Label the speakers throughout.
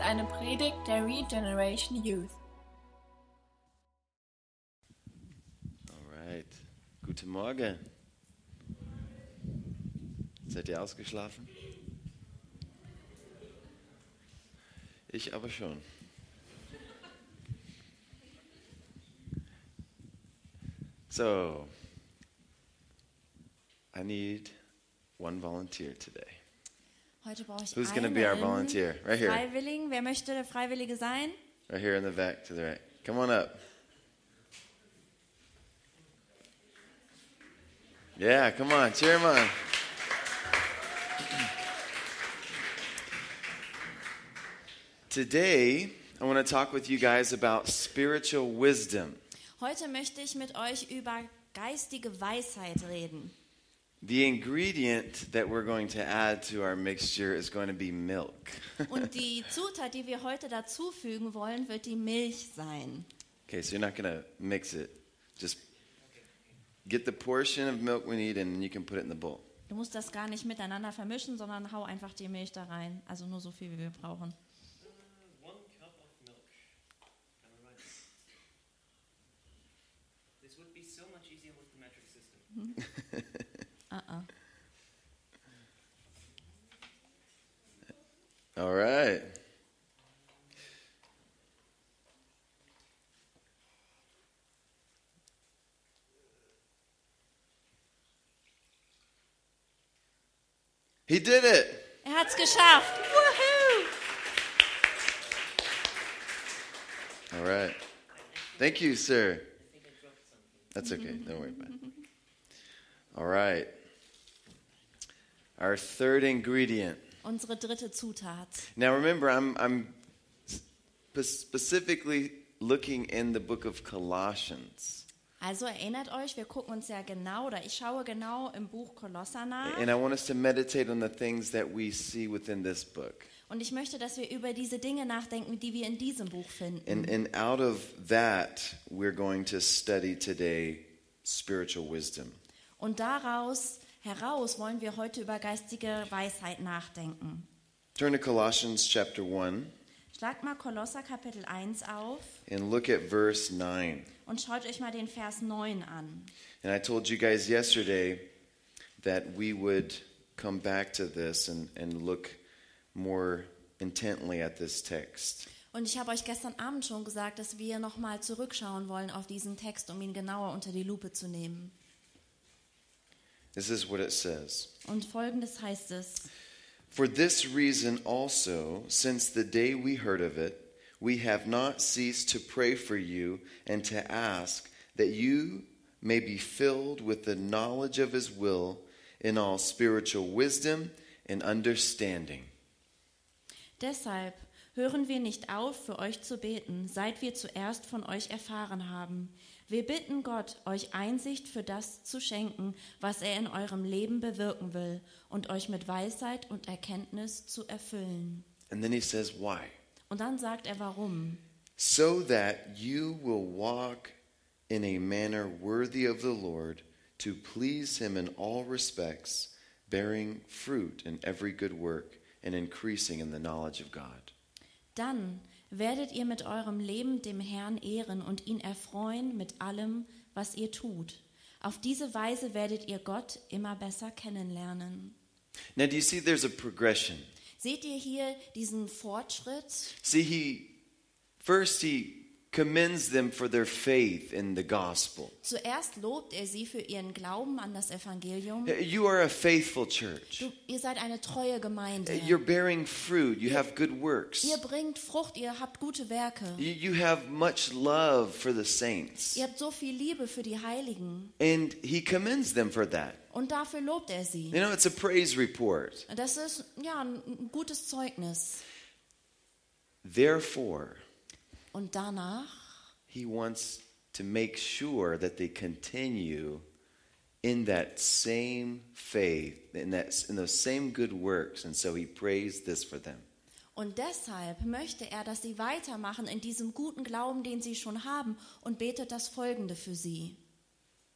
Speaker 1: eine Predigt der Regeneration Youth.
Speaker 2: Alright. Guten Morgen. Seid ihr ausgeschlafen? Ich aber schon. So, I need one volunteer today.
Speaker 3: Heute brauche ich
Speaker 2: Who's
Speaker 3: einen
Speaker 2: gonna be our volunteer? Right here.
Speaker 3: Freiwilligen. Wer möchte der Freiwillige sein?
Speaker 2: Right here in the back to the right. Come on up. Yeah, come on, cheer him on. Today, I want to talk with you guys about spiritual wisdom,
Speaker 3: Heute möchte ich mit euch über geistige Weisheit reden.
Speaker 2: the ingredient that we're going to add to our mixture is going to be milk.
Speaker 3: Und die Zutat, die wir heute dazufügen wollen, wird die Milch sein.
Speaker 2: okay, so you're not going to mix it. Just get the portion of milk we need and you can put it in the bowl.
Speaker 3: Du musst das gar nicht miteinander vermischen, sondern hau einfach die Milch da rein. Also nur so viel, wie wir brauchen.
Speaker 4: Uh, One cup of milk. Am I right? This would be so much easier with the metric system.
Speaker 3: Ah, ah.
Speaker 2: All right. He did it.
Speaker 3: Er hat's geschafft. Woohoo!
Speaker 2: All right. Thank you, sir. That's okay. Don't worry about it. All right. Our third ingredient.
Speaker 3: Unsere dritte Zutat.
Speaker 2: Now remember, I'm, I'm spe- specifically looking in the book of Colossians.
Speaker 3: Also erinnert euch, wir gucken uns ja genau, oder ich schaue genau im Buch Kolosser nach.
Speaker 2: And I want us to meditate on the things that we see within this book.
Speaker 3: Und ich möchte, dass wir über diese Dinge nachdenken, die wir in diesem Buch finden.
Speaker 2: And, and out of that, we're going to study today spiritual wisdom.
Speaker 3: Und daraus heraus wollen wir heute über geistige Weisheit nachdenken.
Speaker 2: Turn to Colossians chapter 1
Speaker 3: Schlagt mal Kolosser Kapitel 1 auf
Speaker 2: and look at verse 9.
Speaker 3: und schaut euch mal den Vers 9 an.
Speaker 2: And I told you guys yesterday that we would come back to this and, and look more intently at this text.
Speaker 3: Und ich habe euch gestern Abend schon gesagt, dass wir nochmal zurückschauen wollen auf diesen Text, um ihn genauer unter die Lupe zu nehmen.
Speaker 2: This is what it says.
Speaker 3: Und folgendes heißt es.
Speaker 2: For this reason also, since the day we heard of it, we have not ceased to pray for you and to ask that you may be filled with the knowledge of his will in all spiritual wisdom and understanding.
Speaker 3: Deshalb hören wir nicht auf, für euch zu beten, seit wir zuerst von euch erfahren haben. Wir bitten Gott, euch Einsicht für das zu schenken, was er in eurem Leben bewirken will, und euch mit Weisheit und Erkenntnis zu erfüllen.
Speaker 2: And then he says, Why?
Speaker 3: Und dann sagt er warum.
Speaker 2: So that you will walk in a manner worthy of the Lord, to please him in all respects, bearing fruit in every good work and increasing in the knowledge of God.
Speaker 3: Dann werdet ihr mit eurem Leben dem Herrn ehren und ihn erfreuen mit allem, was ihr tut. Auf diese Weise werdet ihr Gott immer besser kennenlernen.
Speaker 2: Now, do you see there's a progression?
Speaker 3: Seht ihr hier diesen Fortschritt?
Speaker 2: See, he first he commends them for their faith in the gospel.
Speaker 3: Zuerst lobt er sie für ihren Glauben an das Evangelium.
Speaker 2: You are a faithful church.
Speaker 3: Du, ihr seid eine treue Gemeinde.
Speaker 2: You're bearing fruit. You have good works.
Speaker 3: Ihr bringt Frucht, ihr habt gute Werke.
Speaker 2: You you have much love for the saints.
Speaker 3: Ihr habt so viel Liebe für die Heiligen.
Speaker 2: And he commends them for that.
Speaker 3: Und dafür lobt er sie.
Speaker 2: You know, it's a praise report.
Speaker 3: Das ist ja ein- ein gutes Zeugnis.
Speaker 2: Therefore,
Speaker 3: Und danach
Speaker 2: he wants to make sure that they continue in that same faith, in, that, in those same good works. And so he prays this for them.
Speaker 3: und deshalb möchte er, dass sie weitermachen in diesem guten Glauben, den sie schon haben, und betet das Folgende für sie.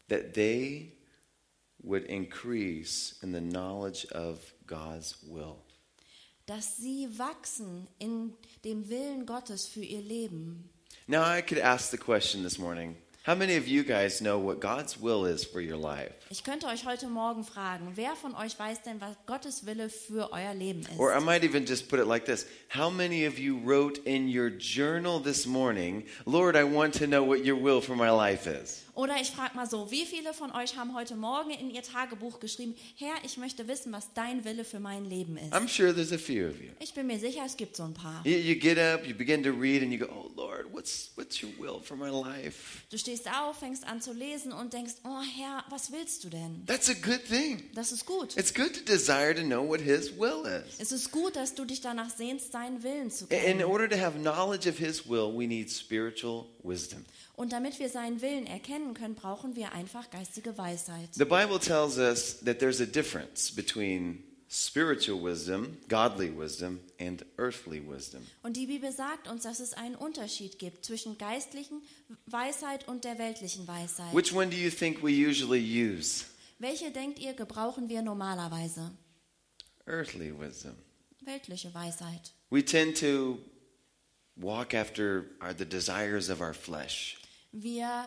Speaker 2: that they would increase in the knowledge of God's will.
Speaker 3: dass sie wachsen in dem Willen Gottes für ihr Leben.
Speaker 2: Now, I could ask the question this morning How many of you guys know what God's will is for your life?
Speaker 3: Ich könnte euch heute Morgen fragen, wer von euch weiß denn, was Gottes Wille für euer Leben ist?
Speaker 2: Or I might even just put it like this How many of you wrote in your journal this morning, Lord, I want to know what your will for my life is?
Speaker 3: Oder ich frage mal so, wie viele von euch haben heute Morgen in ihr Tagebuch geschrieben, Herr, ich möchte wissen, was dein Wille für mein Leben ist?
Speaker 2: I'm sure there's a few of you.
Speaker 3: Ich bin mir sicher, es gibt so ein paar.
Speaker 2: You, you get up, you begin to read, and you go, Oh, Lord, what's, what's your will for my life?
Speaker 3: Du stehst auf, fängst an zu lesen und denkst, oh Herr, was willst du denn?
Speaker 2: That's a good thing.
Speaker 3: Das ist gut.
Speaker 2: It's good to desire to know what His will is.
Speaker 3: Es ist gut, dass du dich danach sehnst, seinen Willen zu
Speaker 2: In in
Speaker 3: kennen.
Speaker 2: order to have knowledge of His will, we need spiritual wisdom.
Speaker 3: Und damit wir seinen Willen erkennen können, brauchen wir einfach geistige Weisheit.
Speaker 2: The Bible tells us that there's a difference between spiritual wisdom, godly wisdom, and earthly wisdom.
Speaker 3: Und die Bibel sagt uns, dass es einen Unterschied gibt zwischen geistlichen Weisheit und der weltlichen Weisheit.
Speaker 2: Which one do you think we usually use?
Speaker 3: Welche denkt ihr, gebrauchen wir normalerweise?
Speaker 2: Earthly wisdom.
Speaker 3: Weltliche Weisheit.
Speaker 2: We tend to walk after our, the desires of our flesh.
Speaker 3: Wir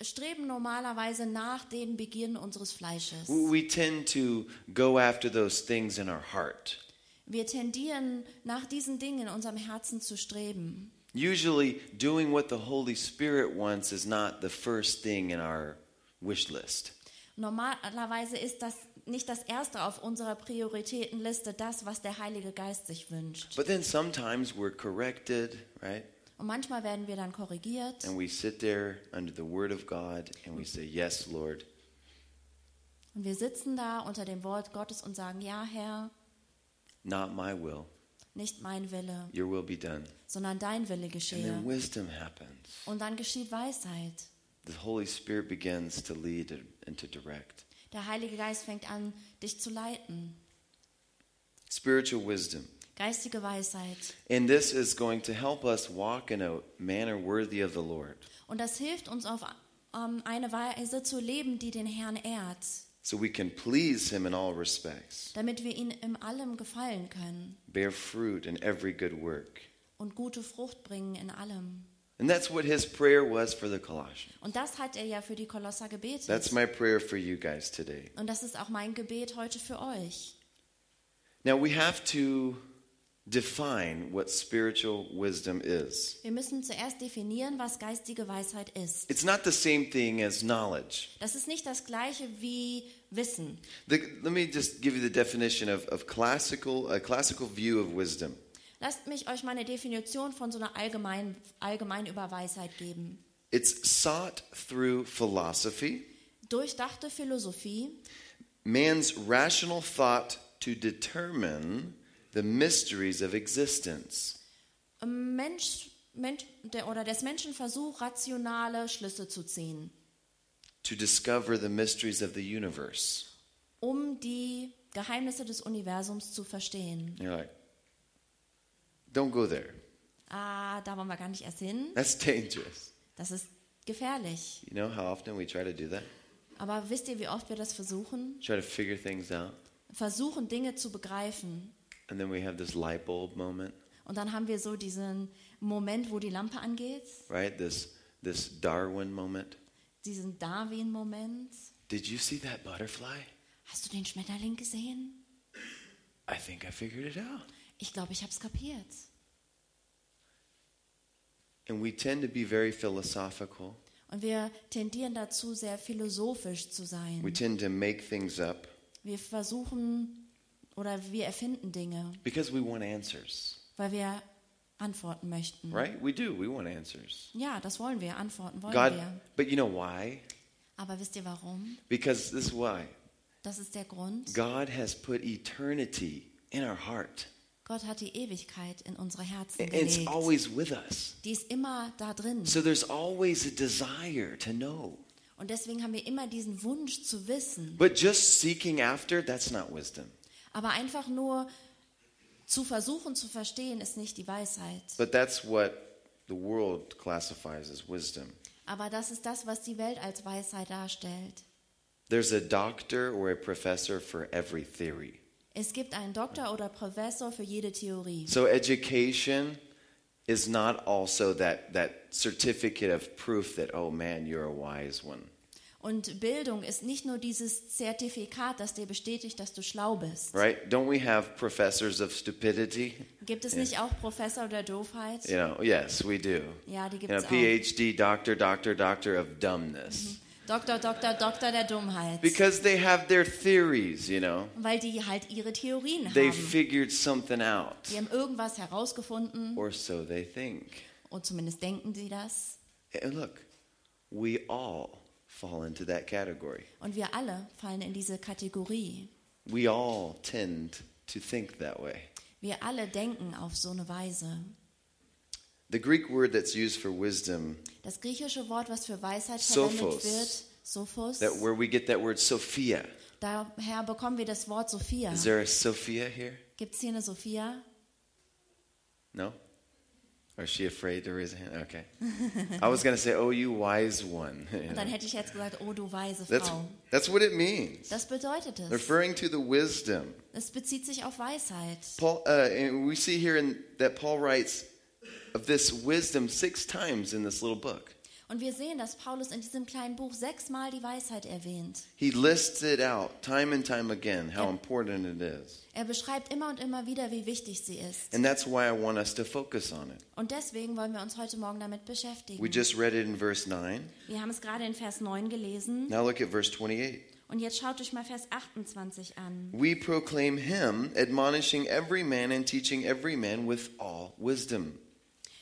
Speaker 3: streben normalerweise nach den Begierden unseres Fleisches.
Speaker 2: We tend to go after those things in our heart.
Speaker 3: Wir tendieren nach diesen Dingen in unserem Herzen zu streben.
Speaker 2: Usually, doing what the Holy Spirit wants is not the first thing in our wish list.
Speaker 3: Normalerweise ist das nicht das Erste auf unserer Prioritätenliste, das, was der Heilige Geist sich wünscht.
Speaker 2: But then sometimes we're corrected, right?
Speaker 3: Und manchmal werden wir dann korrigiert
Speaker 2: And we sit there under the Word of God and we say, Yes, Lord.
Speaker 3: und wir sitzen da unter dem Wort Gottes und sagen, ja Herr,
Speaker 2: Not my will,
Speaker 3: nicht mein Wille,
Speaker 2: your will be done.
Speaker 3: sondern dein Wille
Speaker 2: And then
Speaker 3: geschehe.
Speaker 2: wisdom happens.
Speaker 3: Und dann geschieht Weisheit.
Speaker 2: The Holy Spirit begins to lead and- and to direct.
Speaker 3: Der Heilige Geist fängt an, dich zu leiten.
Speaker 2: Spiritual wisdom.
Speaker 3: Geistige Weisheit.
Speaker 2: And this is going to help us walk in a manner worthy of the Lord.
Speaker 3: Und das hilft uns auf ähm, eine Weise zu leben, die den Herrn ehrt,
Speaker 2: So we can please Him in all respects,
Speaker 3: damit wir ihm in allem gefallen können
Speaker 2: bear fruit in every good work.
Speaker 3: und gute Frucht bringen in allem.
Speaker 2: And that's what His prayer was for the Colossians.
Speaker 3: Und das hat er ja für die Kolosser gebetet.
Speaker 2: That's my prayer for you guys today.
Speaker 3: und das ist auch mein Gebet heute für euch.
Speaker 2: Now we have to define what spiritual wisdom is.
Speaker 3: Wir müssen zuerst definieren, was geistige Weisheit ist.
Speaker 2: It's not the same thing as knowledge.
Speaker 3: Das ist nicht das gleiche wie Wissen.
Speaker 2: The, let me just give you the definition of, of classical, a classical view of wisdom.
Speaker 3: Lasst mich euch meine Definition von so einer allgemeinen allgemein über Weisheit geben.
Speaker 2: It's sought through philosophy,
Speaker 3: Durchdachte Philosophie,
Speaker 2: man's rational thought to determine the mysteries of existence.
Speaker 3: Ähm, Mensch, Mensch, der, oder des Menschen Versuch, rationale Schlüsse zu ziehen,
Speaker 2: to discover the mysteries of the universe.
Speaker 3: um die Geheimnisse des Universums zu verstehen.
Speaker 2: And you're like, don't go there.
Speaker 3: Ah, da wollen wir gar nicht erst hin.
Speaker 2: That's dangerous.
Speaker 3: Das ist gefährlich.
Speaker 2: You know how often we try to do that?
Speaker 3: Aber wisst ihr, wie oft wir das versuchen?
Speaker 2: Try to figure things out.
Speaker 3: Versuchen, Dinge zu begreifen.
Speaker 2: And then we have this light bulb moment,
Speaker 3: Und dann haben wir so diesen Moment, wo die Lampe angeht,
Speaker 2: right? This, this Darwin moment.
Speaker 3: diesen Darwin-Moment.
Speaker 2: Did you see that butterfly?
Speaker 3: Hast du den Schmetterling gesehen?
Speaker 2: I think I figured it out.
Speaker 3: Ich glaube, ich habe es kapiert.
Speaker 2: And we tend to be very philosophical.
Speaker 3: Und wir tendieren dazu, sehr philosophisch zu sein.
Speaker 2: We tend to make things up
Speaker 3: Wir versuchen oder wir erfinden Dinge,
Speaker 2: because we want answers,
Speaker 3: weil wir antworten möchten.
Speaker 2: right? We do. We want answers.
Speaker 3: Ja, das wollen wir, antworten wollen
Speaker 2: God,
Speaker 3: wir.
Speaker 2: but you know why?
Speaker 3: Aber wisst ihr warum?
Speaker 2: Because this is why.
Speaker 3: Das ist der Grund.
Speaker 2: God has put eternity in our heart.
Speaker 3: Gott hat die Ewigkeit in unsere Herzen
Speaker 2: And It's
Speaker 3: gelegt.
Speaker 2: always with us.
Speaker 3: Die ist immer da drin.
Speaker 2: So there's always a desire to know.
Speaker 3: Und deswegen haben wir immer diesen Wunsch zu wissen.
Speaker 2: But just seeking after, that's not wisdom.
Speaker 3: Aber einfach nur zu versuchen zu verstehen, ist nicht die Weisheit.
Speaker 2: But that's what the world classifies as wisdom.
Speaker 3: Aber das ist das, was die Welt als Weisheit darstellt.
Speaker 2: There's a doctor or a professor for every theory.
Speaker 3: Es gibt einen Doktor oder Professor für jede Theorie.
Speaker 2: So education is not also that, that certificate of proof that, oh man, you're a wise one.
Speaker 3: Und Bildung ist nicht nur dieses Zertifikat, das dir bestätigt, dass du schlau bist.
Speaker 2: Right? Don't we have professors of stupidity?
Speaker 3: Gibt es nicht auch Professor der Doofheit?
Speaker 2: You know, yes, we do.
Speaker 3: Ja, die
Speaker 2: You
Speaker 3: gibt
Speaker 2: know,
Speaker 3: es
Speaker 2: PhD, doctor, doctor, doctor of dumbness.
Speaker 3: auch. Doktor, Doktor, Doktor der Dummheit.
Speaker 2: Because they have their theories, you know.
Speaker 3: Weil die halt ihre Theorien
Speaker 2: They
Speaker 3: haben.
Speaker 2: figured something out.
Speaker 3: Die haben irgendwas herausgefunden.
Speaker 2: Or so they think. Eh,
Speaker 3: Und zumindest denken sie das.
Speaker 2: And look, we all fall into that category.
Speaker 3: Und wir alle fallen in diese Kategorie.
Speaker 2: We all tend to think that way.
Speaker 3: Wir alle denken auf so eine Weise.
Speaker 2: The Greek word that's used for wisdom,
Speaker 3: Das griechische Wort, was für Weisheit verwendet
Speaker 2: Sophos.
Speaker 3: wird, Sophos,
Speaker 2: that where we get that word Sophia.
Speaker 3: daher bekommen wir das Wort Sophia.
Speaker 2: Is there a Sophia here?
Speaker 3: Gibt es hier eine Sophia?
Speaker 2: No? Or is she afraid to raise a hand? Okay. I was going to say, oh, you wise one. you know.
Speaker 3: Und dann hätte ich jetzt gesagt, oh du weise
Speaker 2: That's,
Speaker 3: Frau.
Speaker 2: that's what it means.
Speaker 3: Das bedeutet es.
Speaker 2: Referring to the wisdom.
Speaker 3: Es bezieht sich auf Weisheit.
Speaker 2: Paul, uh, and we see here in, that Paul writes of this wisdom six times in this little book.
Speaker 3: Und wir sehen, dass Paulus in diesem kleinen Buch sechsmal die Weisheit erwähnt.
Speaker 2: He lists it out time and time again how
Speaker 3: Yeah.
Speaker 2: important it is.
Speaker 3: Er beschreibt immer und immer wieder, wie wichtig sie ist.
Speaker 2: And that's why I want us to focus on it.
Speaker 3: Und deswegen wollen wir uns heute Morgen damit beschäftigen.
Speaker 2: We just read it in verse 9.
Speaker 3: Wir haben es gerade in Vers 9 gelesen.
Speaker 2: Now look at verse 28.
Speaker 3: Und jetzt schaut euch mal Vers 28 an.
Speaker 2: We proclaim him, admonishing every man and teaching every man with all wisdom.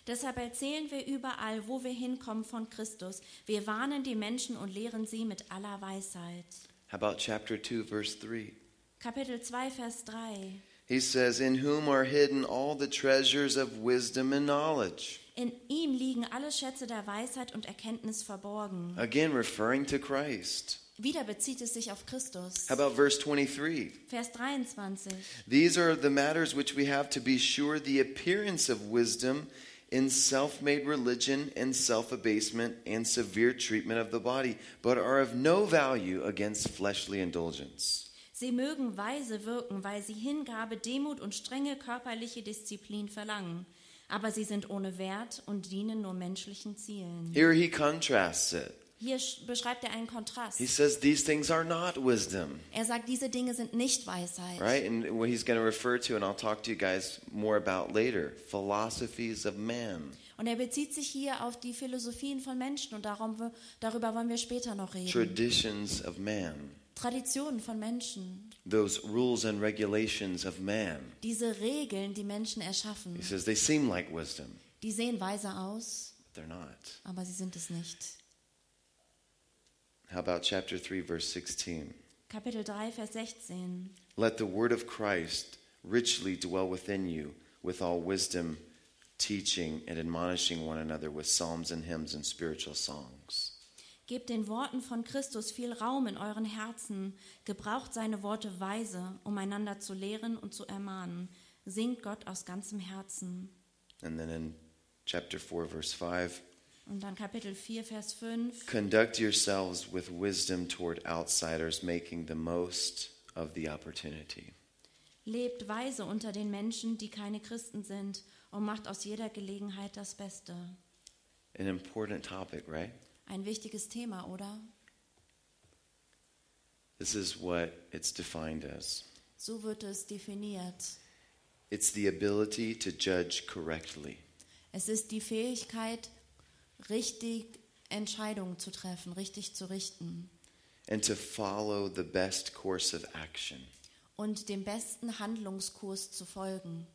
Speaker 3: Deshalb erzählen wir überall, wo wir hinkommen von Christus. Wir warnen die Menschen und lehren sie mit aller Weisheit.
Speaker 2: How about chapter 2, verse 3?
Speaker 3: Kapitel 2, Vers 3.
Speaker 2: He says, In whom are hidden all the treasures of wisdom and knowledge.
Speaker 3: In ihm liegen alle Schätze der Weisheit und Erkenntnis verborgen.
Speaker 2: Again, referring to Christ.
Speaker 3: Wieder bezieht es sich auf Christus.
Speaker 2: How about verse 23?
Speaker 3: Vers 23.
Speaker 2: These are the matters which we have to be sure the appearance of wisdom in self made religion and self abasement and severe treatment of the body, but are of no value against fleshly indulgence.
Speaker 3: Sie mögen weise wirken, weil sie Hingabe, Demut und strenge körperliche Disziplin verlangen. Aber sie sind ohne Wert und dienen nur menschlichen Zielen.
Speaker 2: Here he contrasts it.
Speaker 3: Hier sch- beschreibt er einen Kontrast.
Speaker 2: He says these things are not wisdom,
Speaker 3: Er sagt, diese Dinge sind nicht Weisheit.
Speaker 2: right? And what he's going to refer to, and I'll talk to you guys more about later philosophies of man,
Speaker 3: Und er bezieht sich hier auf die Philosophien von Menschen und darum, wir- darüber wollen wir später noch reden.
Speaker 2: traditions of man,
Speaker 3: Traditionen von Menschen,
Speaker 2: those rules and regulations of man.
Speaker 3: diese Regeln, die Menschen
Speaker 2: He
Speaker 3: erschaffen,
Speaker 2: says they seem like wisdom,
Speaker 3: die sehen weise aus,
Speaker 2: but they're not.
Speaker 3: aber sie sind es nicht.
Speaker 2: How about chapter 3, verse 16?
Speaker 3: Kapitel 3, Vers 16.
Speaker 2: Let the word of Christ richly dwell within you with all wisdom, teaching and admonishing one another with psalms and hymns and spiritual songs.
Speaker 3: Gebt den Worten von Christus viel Raum in euren Herzen, gebraucht seine Worte weise, um einander zu lehren und zu ermahnen. Singt Gott aus ganzem Herzen.
Speaker 2: And then in chapter 4, verse 5,
Speaker 3: Und dann Kapitel 4, Vers 5.
Speaker 2: conduct yourselves with wisdom toward outsiders, making the most of the opportunity.
Speaker 3: Lebt weise unter den Menschen, die keine Christen sind, und macht aus jeder Gelegenheit das Beste.
Speaker 2: An important topic, right?
Speaker 3: Ein wichtiges Thema, oder?
Speaker 2: This is what it's defined as
Speaker 3: So wird es definiert.
Speaker 2: it's the ability to judge correctly.
Speaker 3: Es ist die Fähigkeit, richtig Entscheidungen zu treffen, richtig zu richten
Speaker 2: and to follow the best course of action.
Speaker 3: und dem besten Handlungskurs zu folgen.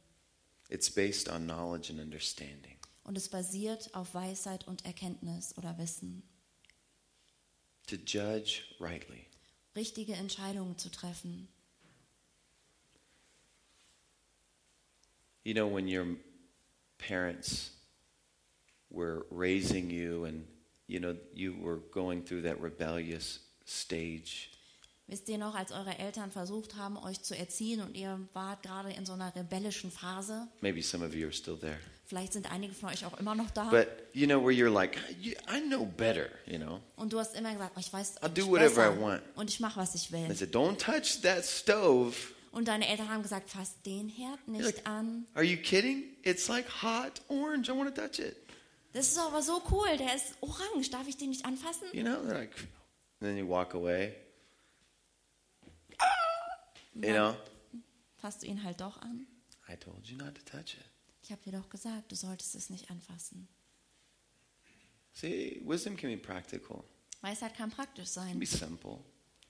Speaker 2: It's based on knowledge and understanding.
Speaker 3: Und es basiert auf Weisheit und Erkenntnis oder Wissen,
Speaker 2: To judge rightly.
Speaker 3: richtige Entscheidungen zu treffen.
Speaker 2: You know, when your parents were raising you and, you know, you were going through that rebellious stage,
Speaker 3: Wisst ihr noch, als eure Eltern versucht haben, euch zu erziehen und ihr wart gerade in so einer rebellischen Phase?
Speaker 2: maybe some of you are still there,
Speaker 3: Vielleicht sind einige von euch auch immer noch da.
Speaker 2: but, you know, where you're like, "You- I know better, you know.
Speaker 3: und du hast immer gesagt, oh, ich weiß
Speaker 2: I'll
Speaker 3: ich
Speaker 2: do whatever
Speaker 3: besser
Speaker 2: I want.
Speaker 3: und ich mache, was ich
Speaker 2: They
Speaker 3: will.
Speaker 2: said, don't touch that stove.
Speaker 3: Und deine Eltern haben gesagt, fass den Herd nicht an.
Speaker 2: Are you kidding? It's like hot orange. I want to touch it.
Speaker 3: Das ist aber so cool, der ist orange, darf ich den nicht anfassen?
Speaker 2: You know, they're like, and then you walk away.
Speaker 3: Uh-huh.
Speaker 2: You know,
Speaker 3: Fasst du ihn halt doch an?
Speaker 2: I told you not to touch it.
Speaker 3: Ich habe dir doch gesagt, du solltest es nicht anfassen.
Speaker 2: See, wisdom can be practical,
Speaker 3: Weisheit halt kann praktisch
Speaker 2: it can be
Speaker 3: sein
Speaker 2: simple.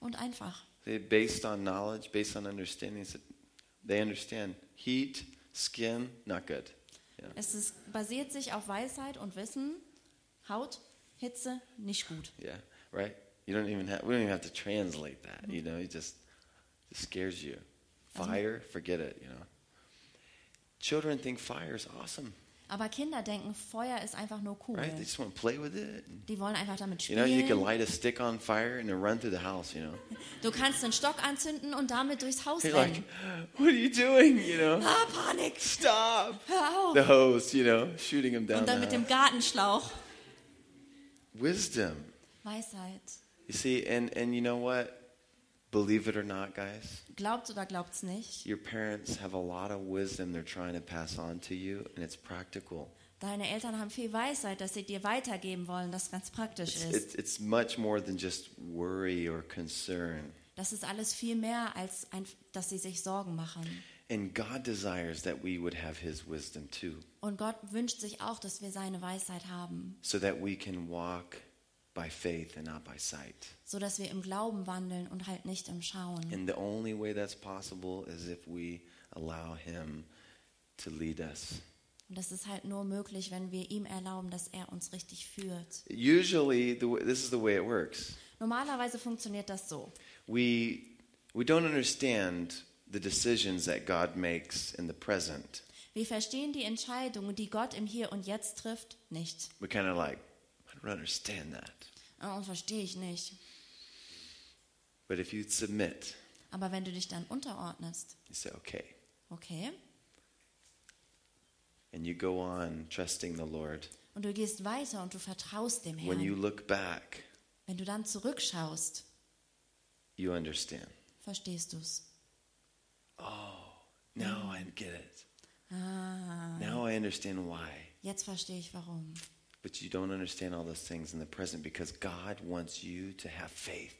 Speaker 3: und einfach.
Speaker 2: They based on knowledge, based on understanding. They said- They understand heat, skin, not good. You know?
Speaker 3: Es ist, basiert sich auf Weisheit und Wissen. Haut, Hitze, nicht gut.
Speaker 2: Yeah, right. You don't even have. We don't even have to translate that. You know, it just it scares you. Fire, forget it. You know. Children think fire is awesome,
Speaker 3: Aber Kinder denken, Feuer ist einfach nur cool.
Speaker 2: right? They just want to play with it.
Speaker 3: Die wollen einfach damit
Speaker 2: You know, you can
Speaker 3: spielen.
Speaker 2: light a stick on fire and then run through the house. You know,
Speaker 3: Du kannst den Stock anzünden und damit durchs Haus
Speaker 2: you're
Speaker 3: rennen.
Speaker 2: like, what are you doing? You know,
Speaker 3: Ah, Panik,
Speaker 2: stop.
Speaker 3: hör auf.
Speaker 2: The hose, you know, shooting them down.
Speaker 3: Und dann
Speaker 2: the
Speaker 3: mit
Speaker 2: house.
Speaker 3: dem Gartenschlauch.
Speaker 2: Wisdom.
Speaker 3: Weisheit.
Speaker 2: You see, and and you know what? Believe it or not, guys,
Speaker 3: Glaubt's oder glaubt's nicht.
Speaker 2: your parents have a lot of wisdom they're trying to pass on to you, and it's practical.
Speaker 3: Deine Eltern haben viel Weisheit, dass sie dir weitergeben wollen, das ganz praktisch
Speaker 2: It's,
Speaker 3: ist.
Speaker 2: it's, it's much more than just worry or concern.
Speaker 3: Das ist alles viel mehr, als ein, dass sie sich Sorgen machen.
Speaker 2: And God desires that we would have His wisdom too,
Speaker 3: Und Gott wünscht sich auch, dass wir seine Weisheit haben,
Speaker 2: so that we can walk by faith and not by sight.
Speaker 3: so dass wir im Glauben wandeln und halt nicht im Schauen.
Speaker 2: And the only way that's possible is if we allow Him to lead us.
Speaker 3: Und das ist halt nur möglich, wenn wir ihm erlauben, dass er uns richtig führt.
Speaker 2: Usually, the, w- this is the way it works.
Speaker 3: Normalerweise funktioniert das so.
Speaker 2: We, we don't understand the decisions that God makes in the present.
Speaker 3: Wir verstehen die Entscheidungen, die Gott im Hier und Jetzt trifft, nicht.
Speaker 2: We're kind of like, I don't understand that.
Speaker 3: Oh, verstehe ich nicht.
Speaker 2: But if you submit,
Speaker 3: Aber wenn du dich dann unterordnest,
Speaker 2: you say, okay,
Speaker 3: okay,
Speaker 2: and you go on trusting the Lord.
Speaker 3: und du gehst weiter und du vertraust dem
Speaker 2: When you
Speaker 3: Herrn,
Speaker 2: look back,
Speaker 3: wenn du dann zurückschaust,
Speaker 2: you understand. "Oh,
Speaker 3: verstehst du's.
Speaker 2: Now I get it.
Speaker 3: Ah,
Speaker 2: Now I understand why.
Speaker 3: jetzt verstehe ich warum.
Speaker 2: But you don't understand all those things in the present because God wants you to have faith.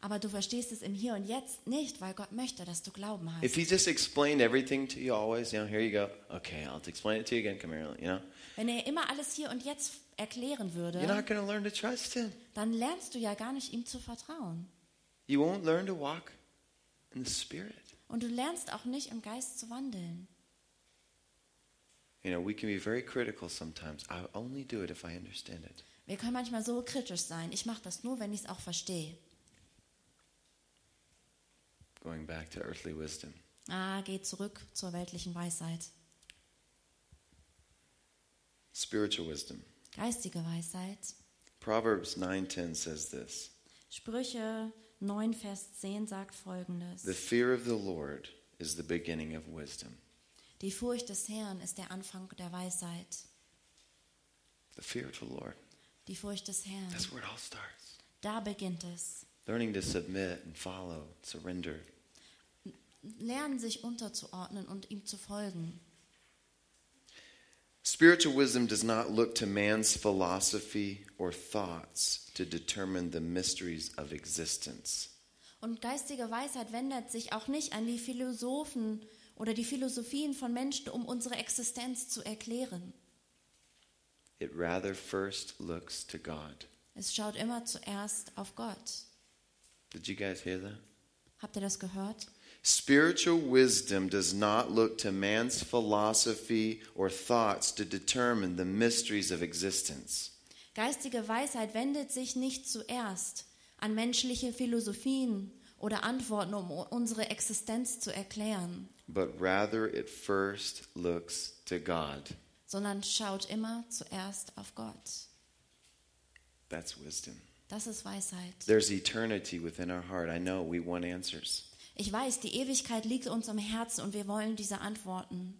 Speaker 3: Aber du verstehst es im Hier und Jetzt nicht, weil Gott möchte, dass du Glauben hast.
Speaker 2: If He just explained everything to you always, you know, here you go. Okay, I'll explain it to you again. Come here, you know.
Speaker 3: Wenn er immer alles hier und jetzt erklären
Speaker 2: You're
Speaker 3: würde,
Speaker 2: not going to learn to trust Him.
Speaker 3: dann lernst du ja gar nicht, ihm zu vertrauen.
Speaker 2: You won't learn to walk in the Spirit.
Speaker 3: Und du lernst auch nicht, im Geist zu wandeln.
Speaker 2: You know, we can be very critical sometimes. I only do it if I understand it.
Speaker 3: Wir können manchmal so kritisch sein. Ich mache das nur, wenn ich es auch verstehe.
Speaker 2: Going back to earthly wisdom.
Speaker 3: Ah, geh zurück zur weltlichen Weisheit.
Speaker 2: Spiritual wisdom.
Speaker 3: Geistige Weisheit.
Speaker 2: Proverbs 9:10 says this.
Speaker 3: Sprüche 9, Vers 10 sagt folgendes.
Speaker 2: The fear of the Lord is the beginning of wisdom.
Speaker 3: Die Furcht des Herrn ist der Anfang der Weisheit.
Speaker 2: The fear of the Lord.
Speaker 3: Die Furcht des Herrn.
Speaker 2: That's where it all starts.
Speaker 3: Da beginnt es.
Speaker 2: Learning to submit and follow, surrender.
Speaker 3: Lernen, sich unterzuordnen und ihm zu folgen.
Speaker 2: Spiritual wisdom does not look to man's philosophy or thoughts to determine the mysteries of existence.
Speaker 3: Und geistige Weisheit wendet sich auch nicht an die Philosophen oder die Philosophien von Menschen, um unsere Existenz zu erklären.
Speaker 2: It rather first looks to God.
Speaker 3: Es schaut immer zuerst auf Gott.
Speaker 2: Did you guys hear that?
Speaker 3: Habt ihr das gehört?
Speaker 2: Spiritual wisdom does not look to man's philosophy or thoughts to determine the mysteries of existence.
Speaker 3: Geistige Weisheit wendet sich nicht zuerst an menschliche Philosophien oder Antworten, um unsere Existenz zu erklären,
Speaker 2: but rather it first looks to God.
Speaker 3: sondern schaut immer zuerst auf Gott.
Speaker 2: That's wisdom.
Speaker 3: Das ist Weisheit.
Speaker 2: There's eternity within our heart. I know we want answers,
Speaker 3: Ich weiß, die Ewigkeit liegt uns im Herzen und wir wollen diese Antworten.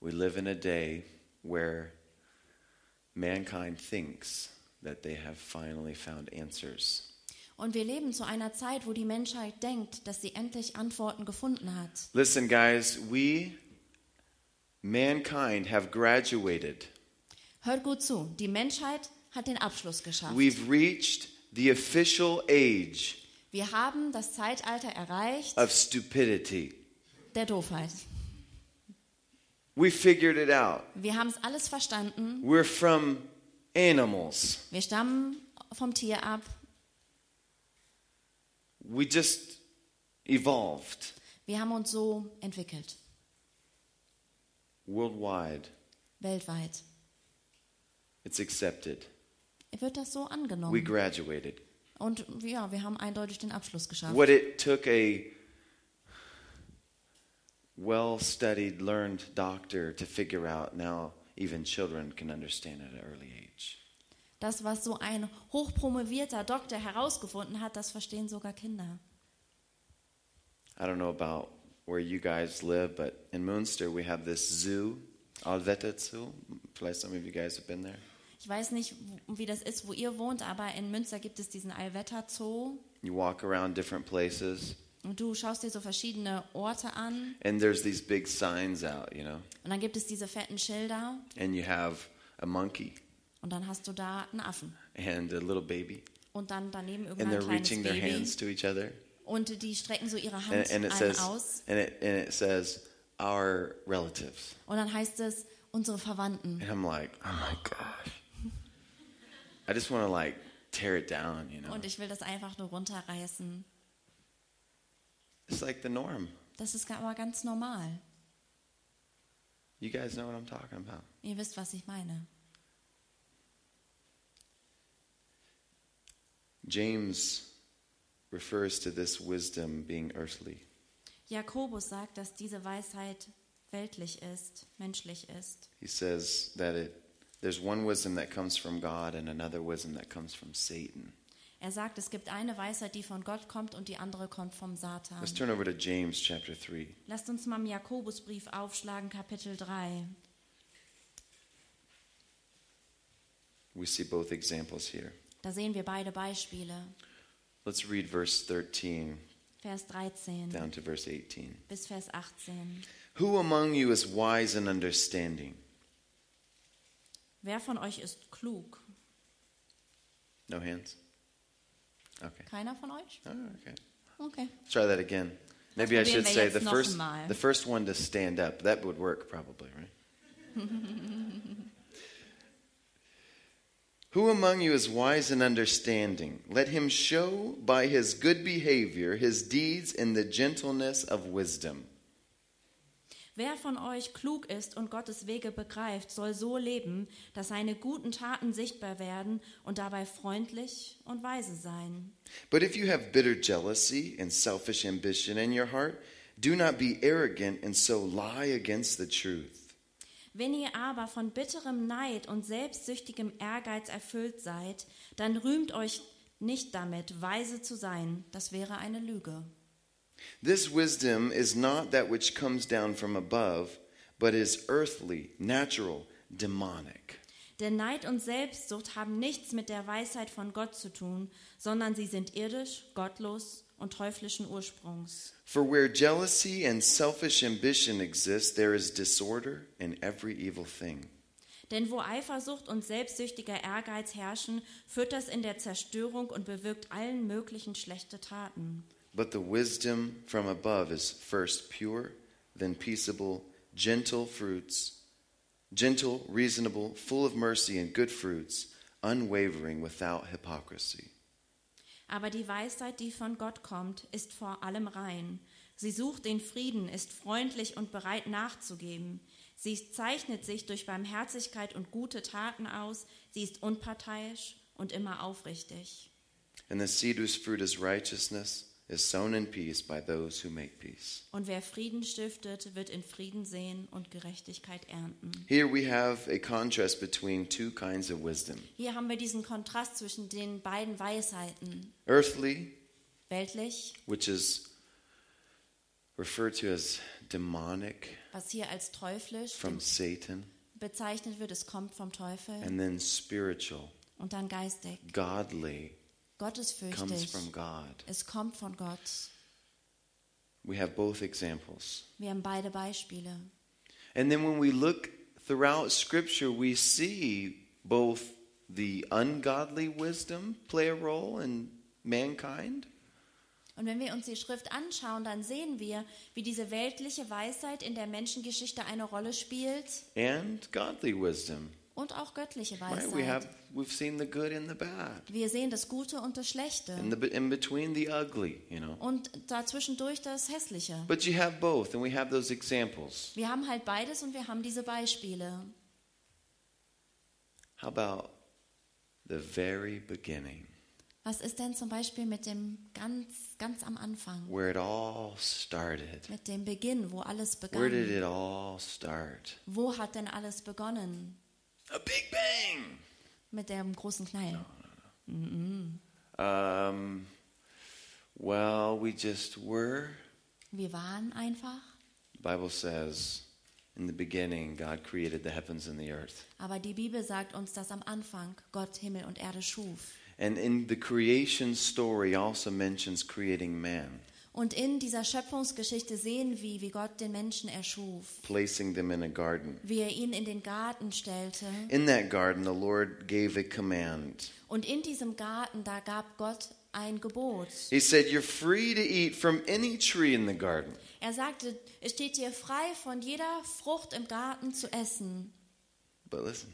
Speaker 2: we live in a day where mankind thinks that they have finally found answers.
Speaker 3: Und wir leben zu einer Zeit, wo die Menschheit denkt, dass sie endlich Antworten gefunden hat.
Speaker 2: Listen, guys, we, mankind, have graduated.
Speaker 3: Hört gut zu, die Menschheit hat den Abschluss geschafft.
Speaker 2: We've reached the official age
Speaker 3: Wir haben das Zeitalter erreicht
Speaker 2: of stupidity.
Speaker 3: der Doofheit.
Speaker 2: We figured it out.
Speaker 3: Wir haben es alles verstanden.
Speaker 2: We're from animals.
Speaker 3: Wir stammen vom Tier ab.
Speaker 2: We just evolved
Speaker 3: Wir haben uns so entwickelt,
Speaker 2: worldwide.
Speaker 3: weltweit.
Speaker 2: It's accepted.
Speaker 3: Wird das so
Speaker 2: We
Speaker 3: angenommen?
Speaker 2: graduated.
Speaker 3: Und ja, wir haben eindeutig den Abschluss geschafft.
Speaker 2: What it took a well studied, learned doctor to figure out, now even children can understand at an early age.
Speaker 3: Das, was so ein hochpromovierter Doktor herausgefunden hat, das verstehen sogar Kinder.
Speaker 2: I don't know about where you guys live, but in Munster we have this zoo, Alveta Zoo. Vielleicht some of you guys have been there.
Speaker 3: Ich weiß nicht, wo- wie das ist, wo ihr wohnt, aber in Münster gibt es diesen Allwetter-Zoo.
Speaker 2: You walk around different places,
Speaker 3: Und du schaust dir so verschiedene Orte an.
Speaker 2: and there's these big signs out, you know,
Speaker 3: Und dann gibt es diese fetten Schilder.
Speaker 2: and you have a monkey
Speaker 3: Und dann hast du da einen Affen.
Speaker 2: and a little baby,
Speaker 3: Und dann daneben
Speaker 2: and
Speaker 3: irgendein
Speaker 2: they're
Speaker 3: kleines
Speaker 2: reaching their
Speaker 3: Baby.
Speaker 2: hands to each other.
Speaker 3: Und die strecken so ihre
Speaker 2: and,
Speaker 3: Hand
Speaker 2: and it
Speaker 3: einen
Speaker 2: says
Speaker 3: aus.
Speaker 2: and it and it says our relatives
Speaker 3: Und dann heißt es, unsere Verwandten.
Speaker 2: and i'm like oh my gosh i just want to like tear it down you know
Speaker 3: Und ich will das einfach nur runterreißen.
Speaker 2: it's like the norm
Speaker 3: Das ist aber ganz normal.
Speaker 2: you guys know what i'm talking about
Speaker 3: Ihr wisst, was ich meine.
Speaker 2: james refers to this wisdom being earthly
Speaker 3: Jakobus sagt, dass diese Weisheit weltlich ist, menschlich ist.
Speaker 2: he says that it there's one wisdom that comes from god and another wisdom that comes from satan
Speaker 3: Er sagt, es gibt eine Weisheit, die von Gott kommt und die andere kommt vom Satan.
Speaker 2: let's turn over to james chapter 3
Speaker 3: Lasst uns mal im Jakobusbrief aufschlagen, Kapitel 3.
Speaker 2: we see both examples here
Speaker 3: Da sehen wir beide Beispiele.
Speaker 2: let's read verse 13
Speaker 3: Vers 13
Speaker 2: down to verse 18
Speaker 3: bis Vers 18.
Speaker 2: Who among you is wise and understanding?
Speaker 3: Wer von euch ist klug?
Speaker 2: No hands? Okay.
Speaker 3: Keiner von euch?
Speaker 2: Oh, okay.
Speaker 3: Okay.
Speaker 2: Let's try that again. Maybe I
Speaker 3: probieren
Speaker 2: should
Speaker 3: wir
Speaker 2: say
Speaker 3: jetzt
Speaker 2: the
Speaker 3: noch
Speaker 2: first,
Speaker 3: mal.
Speaker 2: the first one to stand up. That would work probably, right? Who among you is wise and understanding? Let him show by his good behavior his deeds in the gentleness of wisdom.
Speaker 3: Wer von euch klug ist und Gottes Wege begreift, soll so leben, dass seine guten Taten sichtbar werden und dabei freundlich und weise sein.
Speaker 2: But if you have bitter jealousy and selfish ambition in your heart, do not be arrogant and so lie against the truth.
Speaker 3: Wenn ihr aber von bitterem Neid und selbstsüchtigem Ehrgeiz erfüllt seid, dann rühmt euch nicht damit, weise zu sein. Das wäre eine Lüge.
Speaker 2: This wisdom is not that which comes down from above, but is earthly, natural, demonic.
Speaker 3: Denn Neid und Selbstsucht haben nichts mit der Weisheit von Gott zu tun, sondern sie sind irdisch, gottlos und teuflischen Ursprungs.
Speaker 2: For where jealousy and selfish ambition exist, there is disorder in every evil thing.
Speaker 3: Denn wo Eifersucht und selbstsüchtiger Ehrgeiz herrschen, führt das in der Zerstörung und bewirkt allen möglichen schlechte Taten.
Speaker 2: But the wisdom from above is first pure, then peaceable, gentle fruits, gentle, reasonable, full of mercy and good fruits, unwavering, without hypocrisy.
Speaker 3: Aber die Weisheit, die von Gott kommt, ist vor allem rein. Sie sucht den Frieden, ist freundlich und bereit nachzugeben. Sie zeichnet sich durch Barmherzigkeit und gute Taten aus. Sie ist unparteiisch und immer aufrichtig.
Speaker 2: And the seed whose fruit is righteousness is sown in peace by those who make peace.
Speaker 3: Und wer Frieden stiftet, wird in Frieden sehen und Gerechtigkeit ernten.
Speaker 2: Here we have a contrast between two kinds of wisdom
Speaker 3: Hier haben wir diesen Kontrast zwischen den beiden Weisheiten.
Speaker 2: earthly,
Speaker 3: Weltlich,
Speaker 2: which is referred to as demonic
Speaker 3: was hier als teuflisch
Speaker 2: from Satan,
Speaker 3: bezeichnet wird, es kommt vom Teufel.
Speaker 2: and then spiritual,
Speaker 3: Und dann geistig,
Speaker 2: godly comes
Speaker 3: gottesfürchtig.
Speaker 2: from God.
Speaker 3: Es kommt von Gott.
Speaker 2: We have both examples.
Speaker 3: Wir haben beide Beispiele.
Speaker 2: And then when we look throughout Scripture, we see both the ungodly wisdom play a role in mankind,
Speaker 3: Und wenn wir uns die Schrift anschauen, dann sehen wir, wie diese weltliche Weisheit in der Menschengeschichte eine Rolle spielt
Speaker 2: and godly wisdom.
Speaker 3: und auch göttliche
Speaker 2: Right? We have
Speaker 3: Weisheit.
Speaker 2: we've seen the good and the bad,
Speaker 3: Wir sehen das Gute und das Schlechte
Speaker 2: and the in between the ugly, you know.
Speaker 3: und dazwischendurch das Hässliche.
Speaker 2: But you have both, and we have those examples.
Speaker 3: Wir haben halt beides und wir haben diese Beispiele.
Speaker 2: How about the very beginning,
Speaker 3: Was ist denn zum Beispiel mit dem ganz, ganz am Anfang?
Speaker 2: where it all started?
Speaker 3: Mit dem Beginn, wo alles
Speaker 2: Where did
Speaker 3: begann.
Speaker 2: it all start?
Speaker 3: Wo hat denn alles begonnen?
Speaker 2: A big bang.
Speaker 3: Mit dem großen Knall.
Speaker 2: Um, well, we just were.
Speaker 3: Wir waren einfach,
Speaker 2: The Bible says, in the beginning, God created the heavens and the earth.
Speaker 3: aber die Bibel sagt uns, dass am Anfang Gott Himmel und Erde schuf.
Speaker 2: And in the creation story also mentions creating man,
Speaker 3: Und in dieser Schöpfungsgeschichte sehen wir, wie Gott den Menschen erschuf,
Speaker 2: placing them in a garden.
Speaker 3: wie er ihn in den Garten stellte.
Speaker 2: In that garden, the Lord gave a command.
Speaker 3: Und in diesem Garten, da gab Gott ein Gebot.
Speaker 2: He said, You're free to eat from any tree in the garden,
Speaker 3: Er sagte, es steht dir frei, von jeder Frucht im Garten zu essen.
Speaker 2: but listen.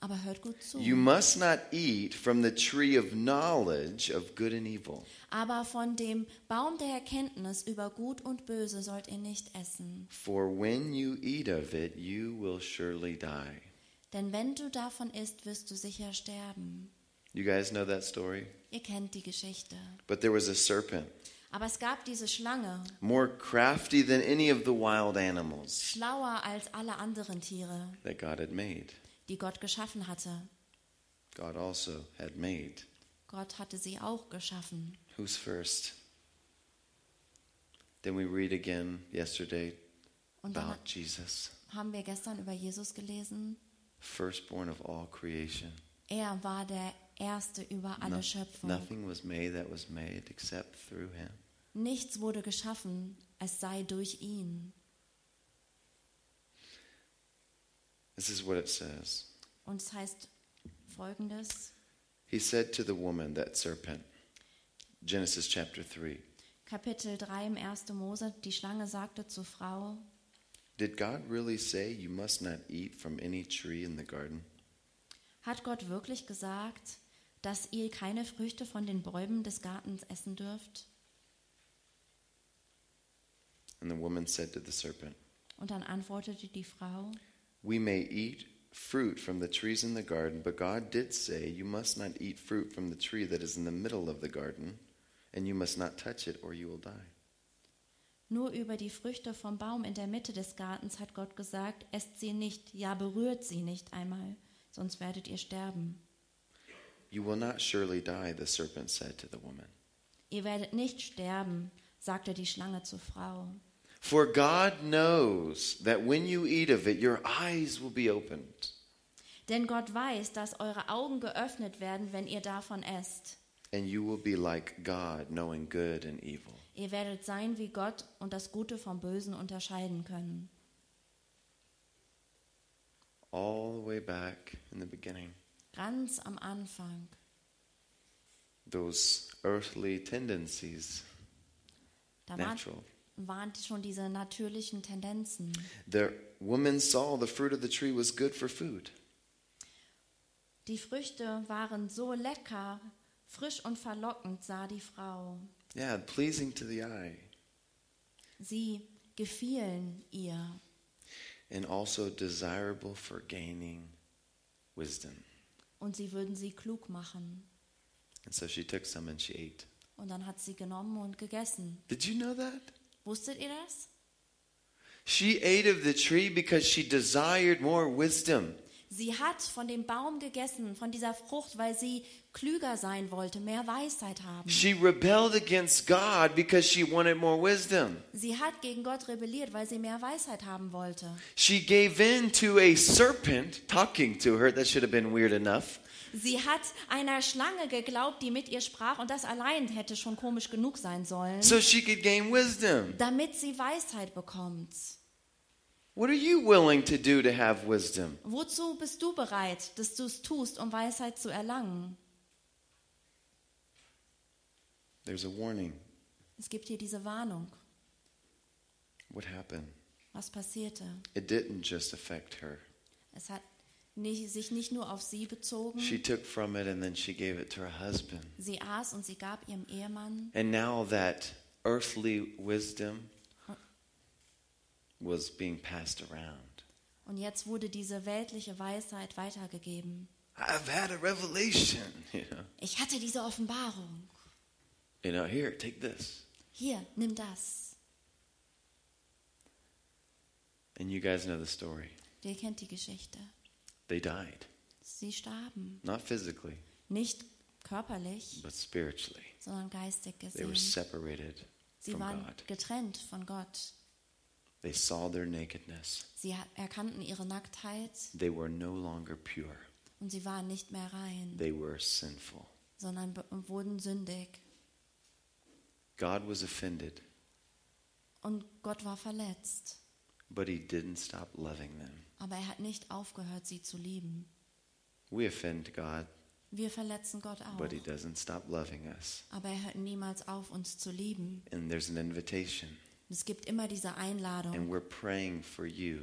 Speaker 3: Aber hört gut zu.
Speaker 2: You must not eat from the tree of knowledge of good and evil.
Speaker 3: Aber von dem Baum der Erkenntnis über Gut und Böse sollt ihr nicht essen.
Speaker 2: For when you eat of it, you will surely die.
Speaker 3: Denn wenn du davon isst, wirst du sicher sterben.
Speaker 2: You guys know that story?
Speaker 3: Ihr kennt die Geschichte.
Speaker 2: But there was a serpent,
Speaker 3: Aber es gab diese Schlange,
Speaker 2: more crafty than any of the wild animals
Speaker 3: schlauer als alle anderen Tiere,
Speaker 2: that God had made.
Speaker 3: die Gott geschaffen hatte.
Speaker 2: God also had made.
Speaker 3: Gott hatte sie auch geschaffen.
Speaker 2: Who's first? Then we read again yesterday
Speaker 3: Und dann
Speaker 2: about Jesus,
Speaker 3: haben wir gestern über Jesus gelesen.
Speaker 2: firstborn of all creation.
Speaker 3: Er war der Erste über alle
Speaker 2: No-
Speaker 3: Schöpfung.
Speaker 2: nothing was made that was made except through him.
Speaker 3: Nichts wurde geschaffen, es sei durch ihn.
Speaker 2: This is what it says.
Speaker 3: Und es heißt folgendes,
Speaker 2: He said to the woman, that serpent, Genesis chapter 3,
Speaker 3: Kapitel 3 im 1. Mose, die Schlange sagte zur Frau,
Speaker 2: Did God really say you must not eat from any tree in the garden?
Speaker 3: hat Gott wirklich gesagt, dass ihr keine Früchte von den Bäumen des Gartens essen dürft?
Speaker 2: And the woman said to the serpent,
Speaker 3: Und dann antwortete die Frau,
Speaker 2: We may eat fruit from the trees in the garden, but God did say you must not eat fruit from the tree that is in the middle of the garden, and you must not touch it or you will die.
Speaker 3: nur über die Früchte vom Baum in der Mitte des Gartens hat Gott gesagt, esst sie nicht, ja berührt sie nicht einmal, sonst werdet ihr sterben.
Speaker 2: You will not surely die, the serpent said to the woman.
Speaker 3: Ihr werdet nicht sterben, sagte die Schlange zur Frau.
Speaker 2: For God knows that when you eat of it, your eyes will be opened,
Speaker 3: Denn Gott weiß, dass eure Augen geöffnet werden, wenn ihr davon esst.
Speaker 2: and you will be like God, knowing good and evil.
Speaker 3: Ihr werdet sein wie Gott und das Gute vom Bösen unterscheiden können.
Speaker 2: All the way back in the beginning,
Speaker 3: Ganz am Anfang,
Speaker 2: those earthly tendencies,
Speaker 3: da waren,
Speaker 2: natural.
Speaker 3: waren schon diese natürlichen Tendenzen.
Speaker 2: The woman saw the fruit of the tree was good for food.
Speaker 3: Die Früchte waren so lecker, frisch und verlockend, sah die Frau.
Speaker 2: Yeah, pleasing to the eye,
Speaker 3: Sie gefielen ihr
Speaker 2: and also desirable for gaining wisdom.
Speaker 3: und sie würden sie klug machen.
Speaker 2: And so she took some and she ate.
Speaker 3: Und dann hat sie genommen und gegessen.
Speaker 2: Did you know that?
Speaker 3: Wusstet ihr das?
Speaker 2: She ate of the tree because she desired more wisdom.
Speaker 3: Sie hat von dem Baum gegessen, von dieser Frucht, weil sie klüger sein wollte, mehr Weisheit haben.
Speaker 2: She rebelled against God because she wanted more wisdom.
Speaker 3: Sie hat gegen Gott rebelliert, weil sie mehr Weisheit haben wollte.
Speaker 2: She gave in to a serpent talking to her. That should have been weird enough.
Speaker 3: Sie hat einer Schlange geglaubt, die mit ihr sprach, und das allein hätte schon komisch genug sein sollen,
Speaker 2: so she could gain wisdom.
Speaker 3: damit sie Weisheit bekommt.
Speaker 2: What are you willing to do to have wisdom?
Speaker 3: Wozu bist du bereit, dass du es tust, um Weisheit zu erlangen?
Speaker 2: There's a warning.
Speaker 3: Es gibt hier diese Warnung.
Speaker 2: What happened?
Speaker 3: Was passierte?
Speaker 2: It didn't just affect her.
Speaker 3: Es hat nicht, sich nicht nur auf sie bezogen.
Speaker 2: She took from it and then she gave it to her husband.
Speaker 3: Sie aß und sie gab ihrem Ehemann.
Speaker 2: And now that earthly wisdom was being passed around.
Speaker 3: Und jetzt wurde diese weltliche Weisheit weitergegeben.
Speaker 2: I've had a revelation. You know,
Speaker 3: Ich hatte diese Offenbarung.
Speaker 2: you know here, take this.
Speaker 3: Hier, nimm das.
Speaker 2: And you guys know the story.
Speaker 3: Ihr kennt die Geschichte.
Speaker 2: They died,
Speaker 3: Sie starben.
Speaker 2: not physically,
Speaker 3: Nicht körperlich,
Speaker 2: but spiritually.
Speaker 3: sondern geistig
Speaker 2: They were
Speaker 3: gesehen.
Speaker 2: separated
Speaker 3: Sie
Speaker 2: from
Speaker 3: waren
Speaker 2: God.
Speaker 3: getrennt von Gott.
Speaker 2: They saw their nakedness.
Speaker 3: Sie ha- erkannten ihre Nacktheit
Speaker 2: They were no longer pure.
Speaker 3: und sie waren nicht mehr rein,
Speaker 2: They were sinful.
Speaker 3: sondern be- wurden sündig.
Speaker 2: God was offended,
Speaker 3: Und Gott war verletzt,
Speaker 2: but He didn't stop loving them.
Speaker 3: aber er hat nicht aufgehört, sie zu lieben.
Speaker 2: We offend God,
Speaker 3: Wir verletzen Gott auch,
Speaker 2: but He doesn't stop loving us.
Speaker 3: aber er hört niemals auf, uns zu lieben.
Speaker 2: And there's an invitation,
Speaker 3: Und Es gibt immer diese
Speaker 2: and
Speaker 3: Einladung.
Speaker 2: we're praying for you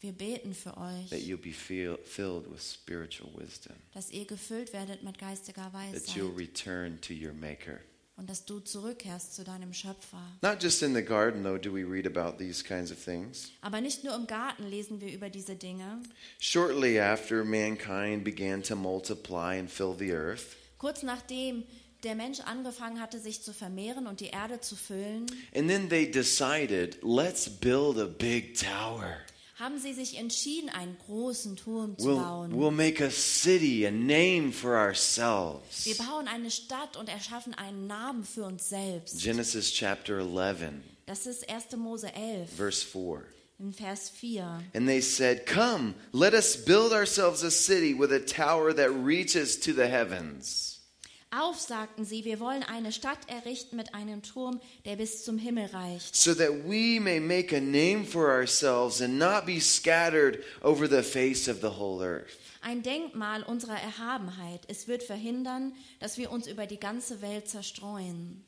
Speaker 3: Wir beten für
Speaker 2: that
Speaker 3: euch,
Speaker 2: you'll be feel, filled with spiritual wisdom,
Speaker 3: dass ihr gefüllt werdet mit geistiger
Speaker 2: that you'll
Speaker 3: Weisheit
Speaker 2: return to your Maker.
Speaker 3: und dass du zurückkehrst zu deinem Schöpfer.
Speaker 2: Not just in the garden, though, do we read about these kinds of things.
Speaker 3: Aber nicht nur im Garten lesen wir über diese Dinge.
Speaker 2: Shortly after mankind began to multiply and fill the earth,
Speaker 3: Kurz nachdem der Mensch angefangen hatte, sich zu vermehren und die Erde zu füllen,
Speaker 2: and then they decided, let's build a big tower.
Speaker 3: haben sie sich entschieden, einen großen Turm zu
Speaker 2: We'll,
Speaker 3: bauen.
Speaker 2: we'll make a city, a name for
Speaker 3: Wir
Speaker 2: ourselves.
Speaker 3: bauen eine Stadt und erschaffen einen Namen für uns selbst.
Speaker 2: Genesis chapter 11,
Speaker 3: Das ist 1. Mose 11,
Speaker 2: verse 4.
Speaker 3: in Vers 4.
Speaker 2: And they said, Come, let us build ourselves a city with a tower that reaches to the heavens.
Speaker 3: Auf, sagten sie, wir wollen eine Stadt errichten mit einem Turm, der bis zum Himmel reicht,
Speaker 2: so that we may make a name for ourselves and not be scattered over the face of the whole earth.
Speaker 3: ein Denkmal unserer Erhabenheit. Es wird verhindern, dass wir uns über die ganze Welt zerstreuen.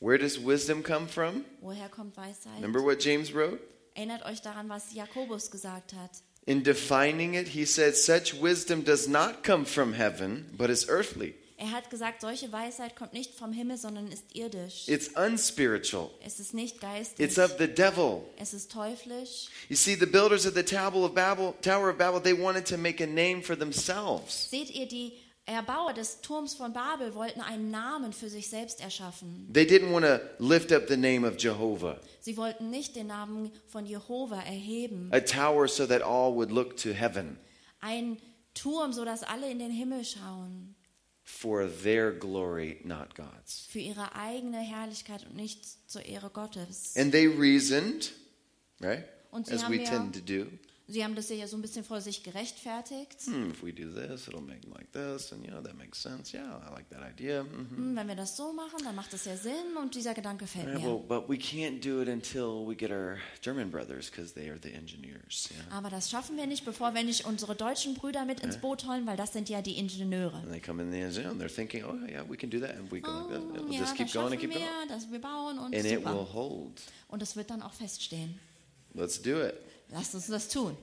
Speaker 2: Where does wisdom come from?
Speaker 3: Woher kommt Weisheit?
Speaker 2: Remember what James wrote?
Speaker 3: Erinnert euch daran, was Jakobus gesagt hat.
Speaker 2: In defining it, he said, Such wisdom does not come from heaven, but is earthly.
Speaker 3: Er hat gesagt, solche Weisheit kommt nicht vom Himmel, sondern ist irdisch.
Speaker 2: It's unspiritual.
Speaker 3: Es ist nicht geistig.
Speaker 2: It's of the devil.
Speaker 3: Es ist teuflisch.
Speaker 2: You see, the builders of the Tower of Babel, Tower of Babel, they wanted to make a name for themselves.
Speaker 3: Seht ihr, die Erbauer des Turms von Babel wollten einen Namen für sich selbst erschaffen.
Speaker 2: They didn't want to lift up the name of Jehovah,
Speaker 3: Sie wollten nicht den Namen von Jehova erheben.
Speaker 2: a tower so that all would look to heaven.
Speaker 3: Ein Turm, so dass alle in den Himmel schauen.
Speaker 2: for their glory, not God's.
Speaker 3: Für ihre eigene Herrlichkeit und nicht zur Ehre Gottes.
Speaker 2: And they reasoned, right?
Speaker 3: Und sie
Speaker 2: As
Speaker 3: haben
Speaker 2: we
Speaker 3: ja-
Speaker 2: tend to do.
Speaker 3: Sie haben das ja so ein bisschen vor sich gerechtfertigt.
Speaker 2: Hmm, if we do this, it'll make like this, and you know that makes sense. Yeah, I like that idea. hmm
Speaker 3: Hm, wenn wir das so machen, dann macht das ja Sinn und dieser Gedanke fällt
Speaker 2: Yeah,
Speaker 3: mir.
Speaker 2: well, but we can't do it until we get our German brothers because they are the engineers. You know?
Speaker 3: Aber das schaffen wir nicht, bevor wir nicht unsere deutschen Brüder mit
Speaker 2: Äh.
Speaker 3: ins Boot holen, weil das sind ja die Ingenieure.
Speaker 2: And they come in the engineer and they're thinking, oh yeah, we can do that, and we go like that.
Speaker 3: Oh,
Speaker 2: It'll
Speaker 3: ja,
Speaker 2: just
Speaker 3: das
Speaker 2: also keep going and
Speaker 3: schaffen
Speaker 2: keep going,
Speaker 3: wir, dass wir bauen und
Speaker 2: and it will
Speaker 3: super.
Speaker 2: hold.
Speaker 3: Und das wird dann auch feststehen.
Speaker 2: Let's do it.
Speaker 3: Lasst uns das tun.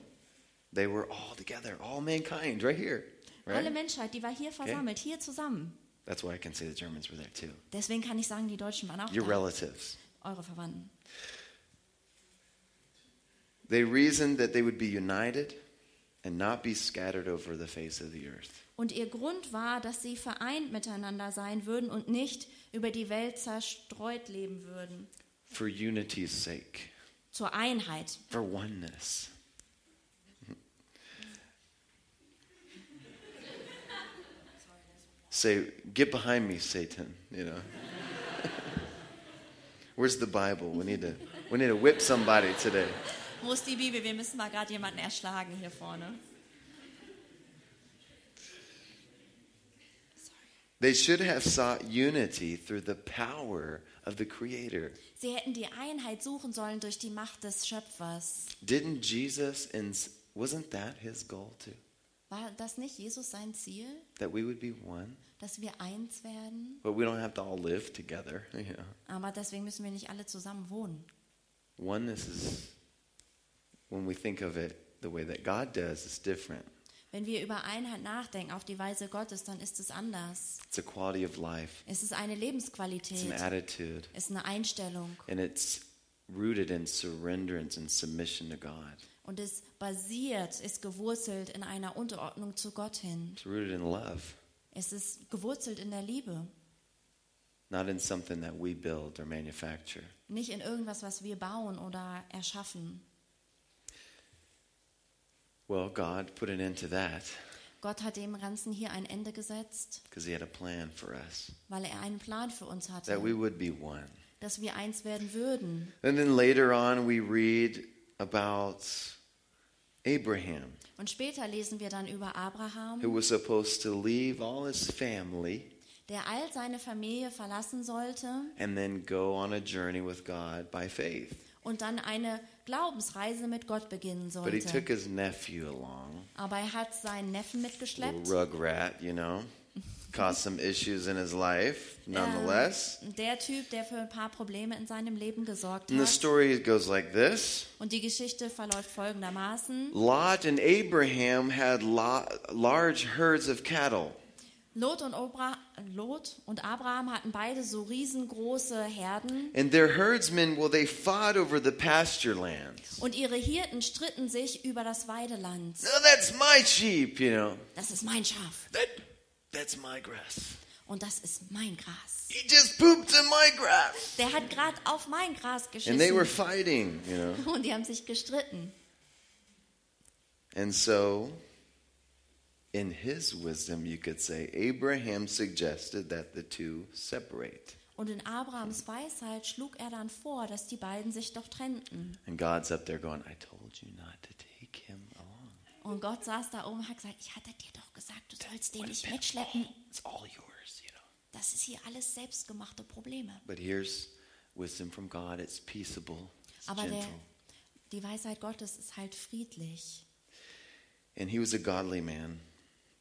Speaker 2: They were all together, all mankind, right here.
Speaker 3: Alle
Speaker 2: Right?
Speaker 3: Menschheit, die war hier versammelt, hier zusammen.
Speaker 2: That's why I can say the Germans were there too.
Speaker 3: Deswegen kann ich sagen, die Deutschen waren auch
Speaker 2: Your
Speaker 3: da.
Speaker 2: relatives.
Speaker 3: Eure Verwandten.
Speaker 2: They reasoned that they would be united and not be scattered over the face of the earth.
Speaker 3: Und ihr Grund war, dass sie vereint miteinander sein würden und nicht über die Welt zerstreut leben würden.
Speaker 2: For unity's sake,
Speaker 3: Zur Einheit.
Speaker 2: for oneness. say, get behind me, Satan, you know. Where's the Bible? We need to we need to whip somebody today.
Speaker 3: Wo ist die Bibel? Wir müssen mal gerade jemanden erschlagen hier vorne.
Speaker 2: They should have sought unity through the power of the Creator.
Speaker 3: Sie hätten die Einheit suchen sollen durch die Macht des Schöpfers.
Speaker 2: Didn't Jesus, and wasn't that his goal too?
Speaker 3: War das nicht Jesus sein Ziel,
Speaker 2: That we would be one?
Speaker 3: dass wir eins werden?
Speaker 2: But we don't have to all live together. You know.
Speaker 3: Aber deswegen müssen wir nicht alle zusammen wohnen.
Speaker 2: Oneness is, when we think of it the way that God does, is different.
Speaker 3: Wenn wir über Einheit nachdenken auf die Weise Gottes, dann ist es anders.
Speaker 2: It's a quality of life,
Speaker 3: Es ist eine
Speaker 2: it's an
Speaker 3: Lebensqualität,
Speaker 2: attitude,
Speaker 3: es ist eine Einstellung
Speaker 2: and it's rooted in surrenderance and submission to God.
Speaker 3: und es basiert, ist gewurzelt in einer Unterordnung zu Gott hin.
Speaker 2: It's rooted in love,
Speaker 3: Es ist gewurzelt in der Liebe,
Speaker 2: not in something that we build or manufacture.
Speaker 3: nicht in irgendwas, was wir bauen oder erschaffen.
Speaker 2: Well, God put an end to that
Speaker 3: Gott hat dem Ganzen hier ein Ende gesetzt,
Speaker 2: because He had a plan for us
Speaker 3: weil er einen Plan für uns
Speaker 2: that we
Speaker 3: hatte,
Speaker 2: would be one.
Speaker 3: dass wir eins werden würden.
Speaker 2: And then later on, we read about Abraham,
Speaker 3: Und später lesen wir dann über
Speaker 2: who
Speaker 3: Abraham,
Speaker 2: was supposed to leave all his family
Speaker 3: der all seine Familie verlassen sollte
Speaker 2: and then go on a journey with God by faith.
Speaker 3: und dann eine Glaubensreise mit Gott beginnen
Speaker 2: But he took
Speaker 3: sollte.
Speaker 2: his nephew along,
Speaker 3: Aber er hat seinen Neffen
Speaker 2: little
Speaker 3: mitgeschleppt.
Speaker 2: rug rat, you know, caused some issues in his life, nonetheless.
Speaker 3: Ähm, Der Typ, der für ein paar Probleme in seinem Leben gesorgt
Speaker 2: And the
Speaker 3: hat.
Speaker 2: story goes like this.
Speaker 3: Und die Geschichte verläuft folgendermaßen.
Speaker 2: Lot and Abraham had la- large herds of cattle.
Speaker 3: Lot und, Obra Lot und Abraham hatten beide so riesengroße Herden.
Speaker 2: And their herdsmen, well, they fought over the pasture lands.
Speaker 3: Und ihre Hirten stritten sich über das Weideland.
Speaker 2: No, that's my sheep, you know.
Speaker 3: Das ist mein Schaf
Speaker 2: That, that's my grass.
Speaker 3: und das ist mein Gras.
Speaker 2: He just pooped in my grass.
Speaker 3: Der hat gerade auf mein Gras
Speaker 2: And they were
Speaker 3: geschissen.
Speaker 2: fighting, you know.
Speaker 3: Und die haben sich gestritten.
Speaker 2: And so, in his wisdom, you could say, Abraham suggested that the two separate.
Speaker 3: Und in Abrahams Weisheit schlug er dann vor, dass die beiden sich doch trennten.
Speaker 2: And God's up there going, I told you not to take him along.
Speaker 3: Und Gott saß da oben und hat gesagt, ich hatte dir doch gesagt, du sollst den nicht mitschleppen.
Speaker 2: It's all yours, you know.
Speaker 3: Das ist hier alles selbstgemachte Probleme.
Speaker 2: But here's wisdom from God it's peaceable, it's
Speaker 3: Aber der,
Speaker 2: gentle.
Speaker 3: die Weisheit Gottes ist halt friedlich.
Speaker 2: And he was a godly man.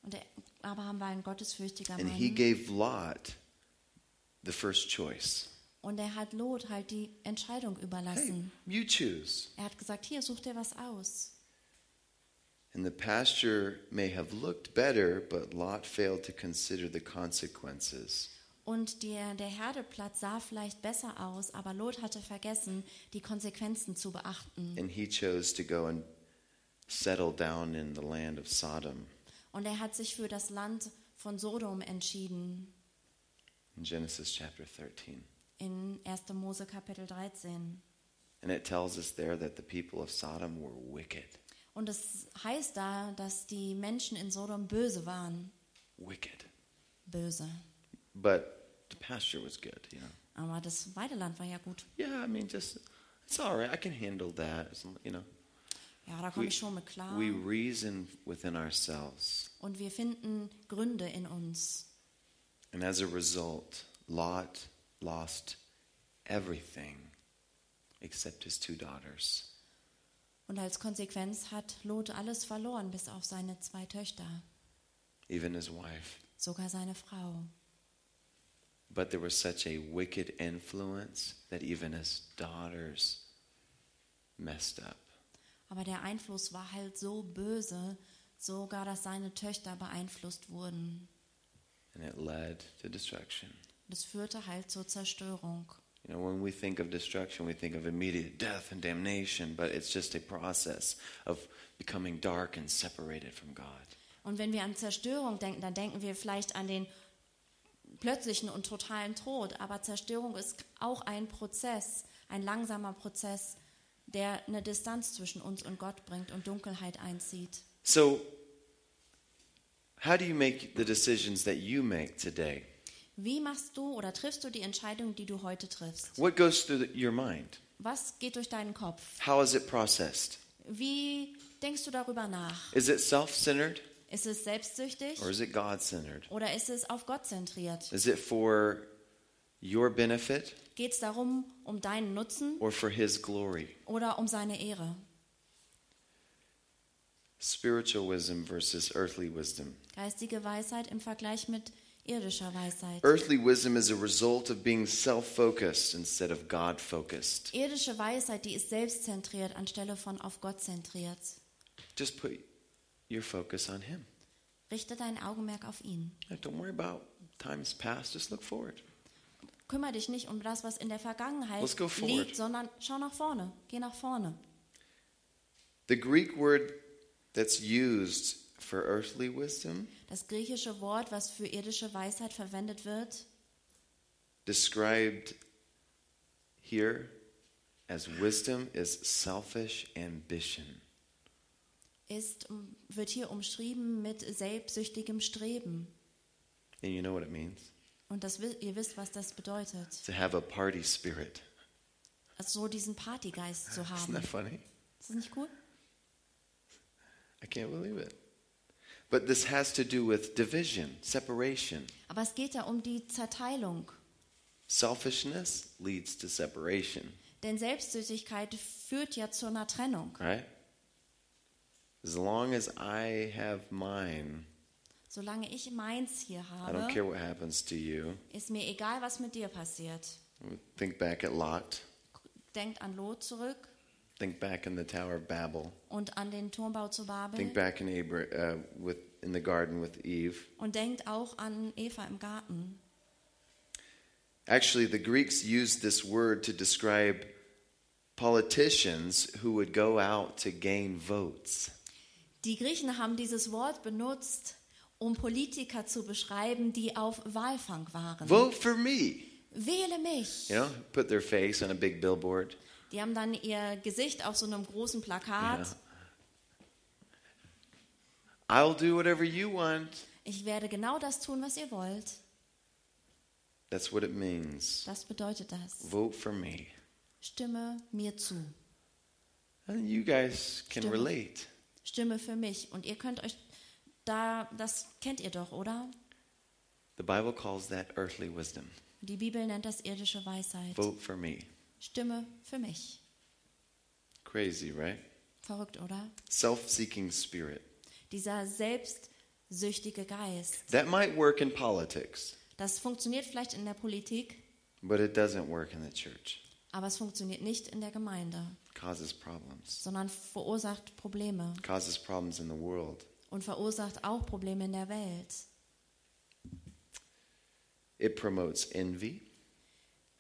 Speaker 3: Und der Abraham war ein gottesfürchtiger
Speaker 2: And he
Speaker 3: Mann.
Speaker 2: gave Lot the first choice.
Speaker 3: Und er hat Lot halt die Entscheidung
Speaker 2: Hey,
Speaker 3: überlassen.
Speaker 2: you choose.
Speaker 3: Er hat gesagt, hier, such dir was aus.
Speaker 2: And the pasture may have looked better, but Lot failed to consider the consequences.
Speaker 3: Und der, der Herdeplatz sah vielleicht besser aus, aber Lot hatte vergessen, die Konsequenzen zu beachten.
Speaker 2: And he chose to go and settle down in the land of Sodom.
Speaker 3: Und er hat sich für das Land von Sodom entschieden,
Speaker 2: In Genesis chapter 13.
Speaker 3: in 1. Mose Kapitel 13.
Speaker 2: And it tells us there that the people of Sodom were wicked.
Speaker 3: Und es heißt da, dass die Menschen in Sodom böse waren.
Speaker 2: Wicked.
Speaker 3: Böse.
Speaker 2: But the pasture was good, you know.
Speaker 3: Aber das Weideland war ja gut.
Speaker 2: Yeah, I mean, just, it's all right. I can handle that. It's, you know,
Speaker 3: Ja, da
Speaker 2: We-
Speaker 3: komme ich schon mit klar.
Speaker 2: we reason within ourselves.
Speaker 3: Und wir finden Gründe in uns.
Speaker 2: And as a result, Lot lost everything except his two daughters.
Speaker 3: Und als Konsequenz hat Lot alles verloren, bis auf seine zwei Töchter,
Speaker 2: even his wife.
Speaker 3: sogar seine Frau.
Speaker 2: But there was such a wicked influence that even his daughters messed up.
Speaker 3: Aber der Einfluss war halt so böse, sogar dass seine Töchter beeinflusst wurden.
Speaker 2: And it led to destruction.
Speaker 3: Das führte halt zur Zerstörung.
Speaker 2: You know, when we think of destruction, we think of immediate death and damnation, but it's just a process of becoming dark and separated from God.
Speaker 3: Und wenn wir an Zerstörung denken, dann denken wir vielleicht an den plötzlichen und totalen Tod. Aber Zerstörung ist auch ein Prozess, ein langsamer Prozess, der eine Distanz zwischen uns und Gott bringt und Dunkelheit einzieht.
Speaker 2: So, how do you make the decisions that you make today?
Speaker 3: Wie machst du oder triffst du die Entscheidung, die du heute triffst?
Speaker 2: What goes through the, your mind?
Speaker 3: Was geht durch deinen Kopf?
Speaker 2: How is it processed?
Speaker 3: Wie denkst du darüber nach?
Speaker 2: Is it self centered?
Speaker 3: Ist es selbstsüchtig
Speaker 2: or is it God centered?
Speaker 3: oder ist es auf Gott zentriert?
Speaker 2: Is it for your benefit
Speaker 3: Geht es darum, um deinen Nutzen
Speaker 2: or for His glory?
Speaker 3: oder um seine Ehre?
Speaker 2: Spiritual wisdom versus earthly wisdom.
Speaker 3: Geistige Weisheit im Vergleich mit irdischer Weisheit.
Speaker 2: Earthly wisdom is a result of being self focused instead of God focused.
Speaker 3: Irdische Weisheit, die ist selbstzentriert anstelle von auf Gott zentriert.
Speaker 2: Just put your focus on Him.
Speaker 3: Richte dein Augenmerk auf ihn.
Speaker 2: Yeah, Don't worry about times past, just look forward.
Speaker 3: Kümmere dich nicht um das, was in der Vergangenheit
Speaker 2: Let's go forward.
Speaker 3: liegt, sondern schau nach vorne. Geh nach vorne.
Speaker 2: The Greek word that's used for earthly wisdom
Speaker 3: Das griechische Wort, was für irdische Weisheit verwendet wird,
Speaker 2: described here as wisdom is selfish ambition.
Speaker 3: ist, um, wird hier umschrieben mit selbstsüchtigem Streben.
Speaker 2: And you know what it means?
Speaker 3: Und das, wi- ihr wisst, was das bedeutet.
Speaker 2: To have a party spirit.
Speaker 3: Also so diesen Partygeist zu
Speaker 2: Isn't
Speaker 3: haben.
Speaker 2: that funny?
Speaker 3: Ist das nicht cool?
Speaker 2: I can't believe it. But this has to do with division, separation.
Speaker 3: Aber es geht ja um die Zerteilung.
Speaker 2: Selfishness leads to separation,
Speaker 3: Denn Selbstsüchtigkeit führt ja zu einer Trennung.
Speaker 2: right? As long as I have mine,
Speaker 3: Solange ich meins hier
Speaker 2: I don't
Speaker 3: habe,
Speaker 2: care what happens to you.
Speaker 3: ist mir egal, was mit dir passiert.
Speaker 2: Think back at Lot.
Speaker 3: Denkt an Lot zurück
Speaker 2: Think back in the Tower of Babel.
Speaker 3: und an den Turmbau zu
Speaker 2: Think
Speaker 3: Babel.
Speaker 2: back in Abra- uh, with in the garden with Eve.
Speaker 3: Und denkt auch an Eva im Garten.
Speaker 2: Actually, the Greeks used this word to describe politicians who would go out to gain votes.
Speaker 3: Die Griechen haben dieses Wort benutzt, um Politiker zu beschreiben, die auf Wahlfang waren.
Speaker 2: Vote for me.
Speaker 3: Wähle mich!
Speaker 2: You know, put their face on a big billboard.
Speaker 3: Die haben dann ihr Gesicht auf so einem großen Plakat.
Speaker 2: Ja. I'll do whatever you want.
Speaker 3: Ich werde genau das tun, was ihr wollt.
Speaker 2: That's what it means.
Speaker 3: Das bedeutet das.
Speaker 2: Vote for me.
Speaker 3: Stimme mir zu.
Speaker 2: And you guys can
Speaker 3: Stimmt.
Speaker 2: relate.
Speaker 3: Stimme für mich. Und ihr könnt euch da, das kennt ihr doch, oder?
Speaker 2: The Bible calls that earthly wisdom.
Speaker 3: Die Bibel nennt das irdische Weisheit.
Speaker 2: Vote for me.
Speaker 3: Stimme für mich.
Speaker 2: Crazy, right?
Speaker 3: Verrückt, oder?
Speaker 2: Self seeking spirit.
Speaker 3: Dieser selbstsüchtige Geist.
Speaker 2: That might work in politics,
Speaker 3: Das funktioniert vielleicht in der Politik,
Speaker 2: but it doesn't work in the church.
Speaker 3: aber es funktioniert nicht in der Gemeinde,
Speaker 2: causes problems.
Speaker 3: sondern verursacht Probleme
Speaker 2: Causes problems in the world.
Speaker 3: und verursacht auch Probleme in der Welt.
Speaker 2: It promotes envy,